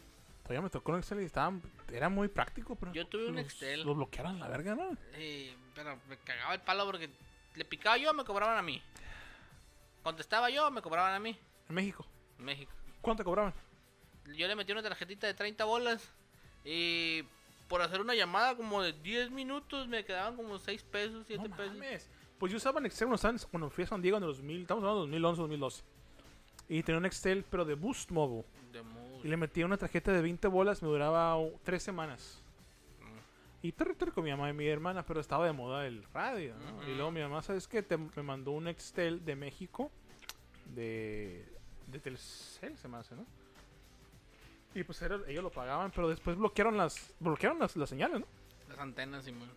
B: Todavía me tocó un Excel y estaba, era muy práctico. Pero
A: Yo tuve un
B: los-
A: Excel.
B: Lo bloquearon a la verga, ¿no?
A: Eh, pero me cagaba el palo porque le picaba yo, me cobraban a mí. Contestaba yo, me cobraban a mí.
B: En México.
A: En México.
B: ¿Cuánto cobraban?
A: Yo le metí una tarjetita de 30 bolas. Y por hacer una llamada como de 10 minutos me quedaban como 6 pesos, 7
B: No
A: pesos.
B: mames. Pues yo usaba Nextel cuando estaba en- cuando fui a San Diego en el 2000, estamos hablando de 2011, 2012. Y tenía un Nextel, pero de Boost Mobile.
A: De muy-
B: Y le metía una tarjeta de 20 bolas, me duraba oh, tres semanas. Y te con mi mamá y mi hermana, pero estaba de moda el radio. ¿no? Y luego mi mamá, ¿sabes qué? Te- me mandó un Nextel de México, de, de Telcel, se me hace, ¿no? Y pues era- ellos lo pagaban, pero después bloquearon las bloquearon las, las señales, ¿no?
A: Las antenas y muy...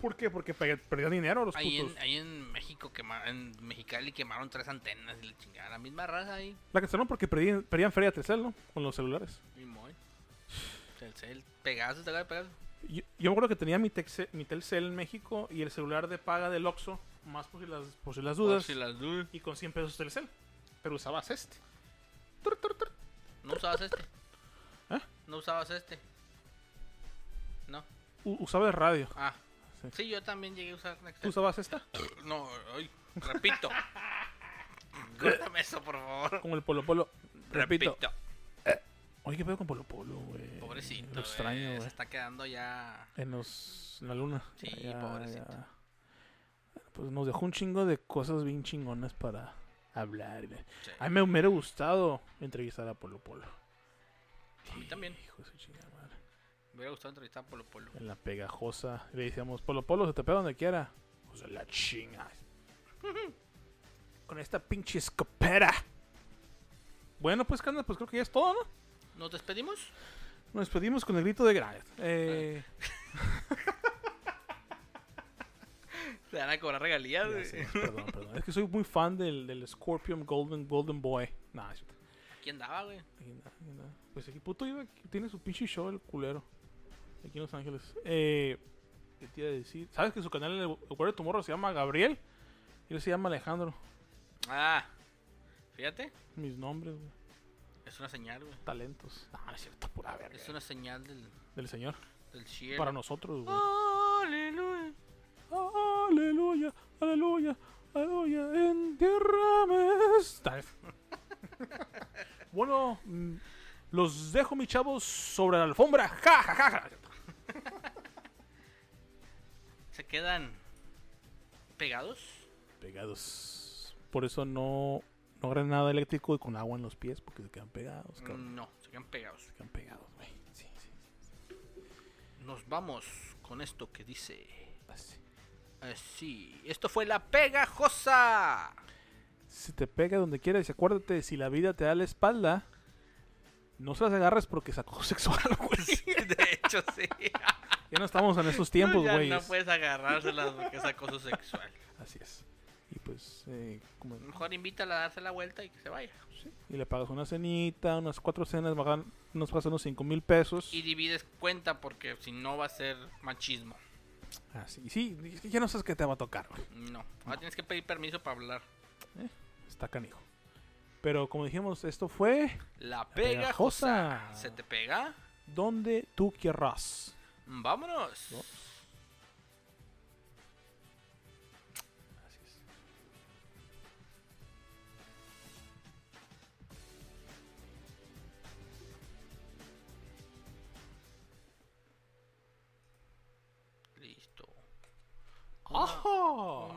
B: ¿Por qué? Porque pe- perdían dinero los
A: Ahí
B: putos.
A: en, ahí en México, quema- en Mexicali quemaron tres antenas y le chingaron. La misma raza ahí.
B: La cancelaron porque perdían, perdían feria Telcel, ¿no? Con los celulares.
A: Y muy. Telcel, Pegaso, te acaba de Pegaso.
B: Yo, yo me acuerdo que tenía mi, Texel- mi Telcel en México y el celular de paga del Oxxo, más por si las, por si las
A: Por
B: dudas,
A: si las dudas.
B: y con 100 pesos Telcel. Pero usabas este.
A: No usabas este.
B: ¿Eh?
A: No usabas este. No.
B: U- usaba el radio.
A: Ah.
B: Sí.
A: Sí. yo también llegué a usar
B: ¿Tú
A: Nextel.
B: usabas esta?
A: No, ay, repito. Córtame eso, por favor.
B: Con el Polo Polo. Repito.
A: Repito.
B: Oye, ¿qué pedo con Polo Polo, güey?
A: Pobrecito.
B: Lo extraño,
A: eh, Se
B: güey.
A: está quedando ya.
B: En, los, en la luna.
A: Sí, pobrecito.
B: Pues nos dejó un chingo de cosas bien chingonas para hablar. güey.
A: Sí.
B: A mí me hubiera gustado entrevistar a Polo Polo.
A: A mí también.
B: Hijo de su chingada madre.
A: Me hubiera gustado entrevistar a Polo Polo.
B: En la pegajosa. Le decíamos, Polo Polo, se te pega donde quiera. Pues a la chinga. Con esta pinche escopeta. Bueno, pues, carnal, pues creo que ya es todo, ¿no?
A: ¿Nos despedimos?
B: Nos despedimos con el grito de Graves. Eh,
A: Se van a cobrar regalías.
B: ya
A: güey.
B: sé, perdón, perdón. Es que soy muy fan del, del Scorpion Golden, Golden Boy. Nah, es cierto.
A: Aquí andaba, güey.
B: Aquí nada, aquí nada. Pues aquí puto iba, aquí tiene su pinche show el culero. Aquí en Los Ángeles. Eh, ¿Qué te iba a decir? ¿Sabes que su canal en el Word de Tomorrow se llama Gabriel? Y él se llama Alejandro.
A: Ah. Fíjate.
B: Mis nombres, güey.
A: Es una señal, güey.
B: talentos. No, no es cierto, pura verga.
A: Es una señal del,
B: Del Señor.
A: del cielo.
B: Para nosotros, güey.
A: Aleluya.
B: Aleluya, aleluya, aleluya, entiérrame esta. bueno, mm, los dejo, mis chavos, sobre la alfombra. Ja, ja, ja, ja.
A: Se quedan pegados.
B: Pegados. Por eso no, no agarren nada eléctrico y con agua en los pies, porque se quedan pegados, cabrón.
A: No, se quedan pegados.
B: Se quedan pegados, güey. Sí, sí,
A: Nos vamos con esto que dice.
B: así.
A: Así. Esto fue la pegajosa.
B: Si te pega donde quieras, y acuérdate, si la vida te da la espalda, no se las agarres porque es acoso sexual, güey.
A: De hecho, sí.
B: Ya no estamos en esos tiempos,
A: Ya
B: güey.
A: no puedes agarrárselas porque es acoso sexual.
B: Así es. Y pues, eh, como-
A: Mejor invítala a darse la vuelta y que se vaya.
B: sí, y le pagas una cenita, unas cuatro cenas, bajan- nos pasan unos cinco mil pesos.
A: Y divides cuenta porque si no va a ser machismo.
B: Así, y sí, y ya no sabes qué te va a tocar, güey.
A: No. Ahora tienes que pedir permiso para hablar.
B: Está canijo. Pero como dijimos, esto fue
A: La
B: pegajosa.
A: pegajosa. ¿Se te pega?
B: donde tú querrás.
A: Vámonos.
B: No.
A: Listo.
B: ¡Ajo!
A: Una,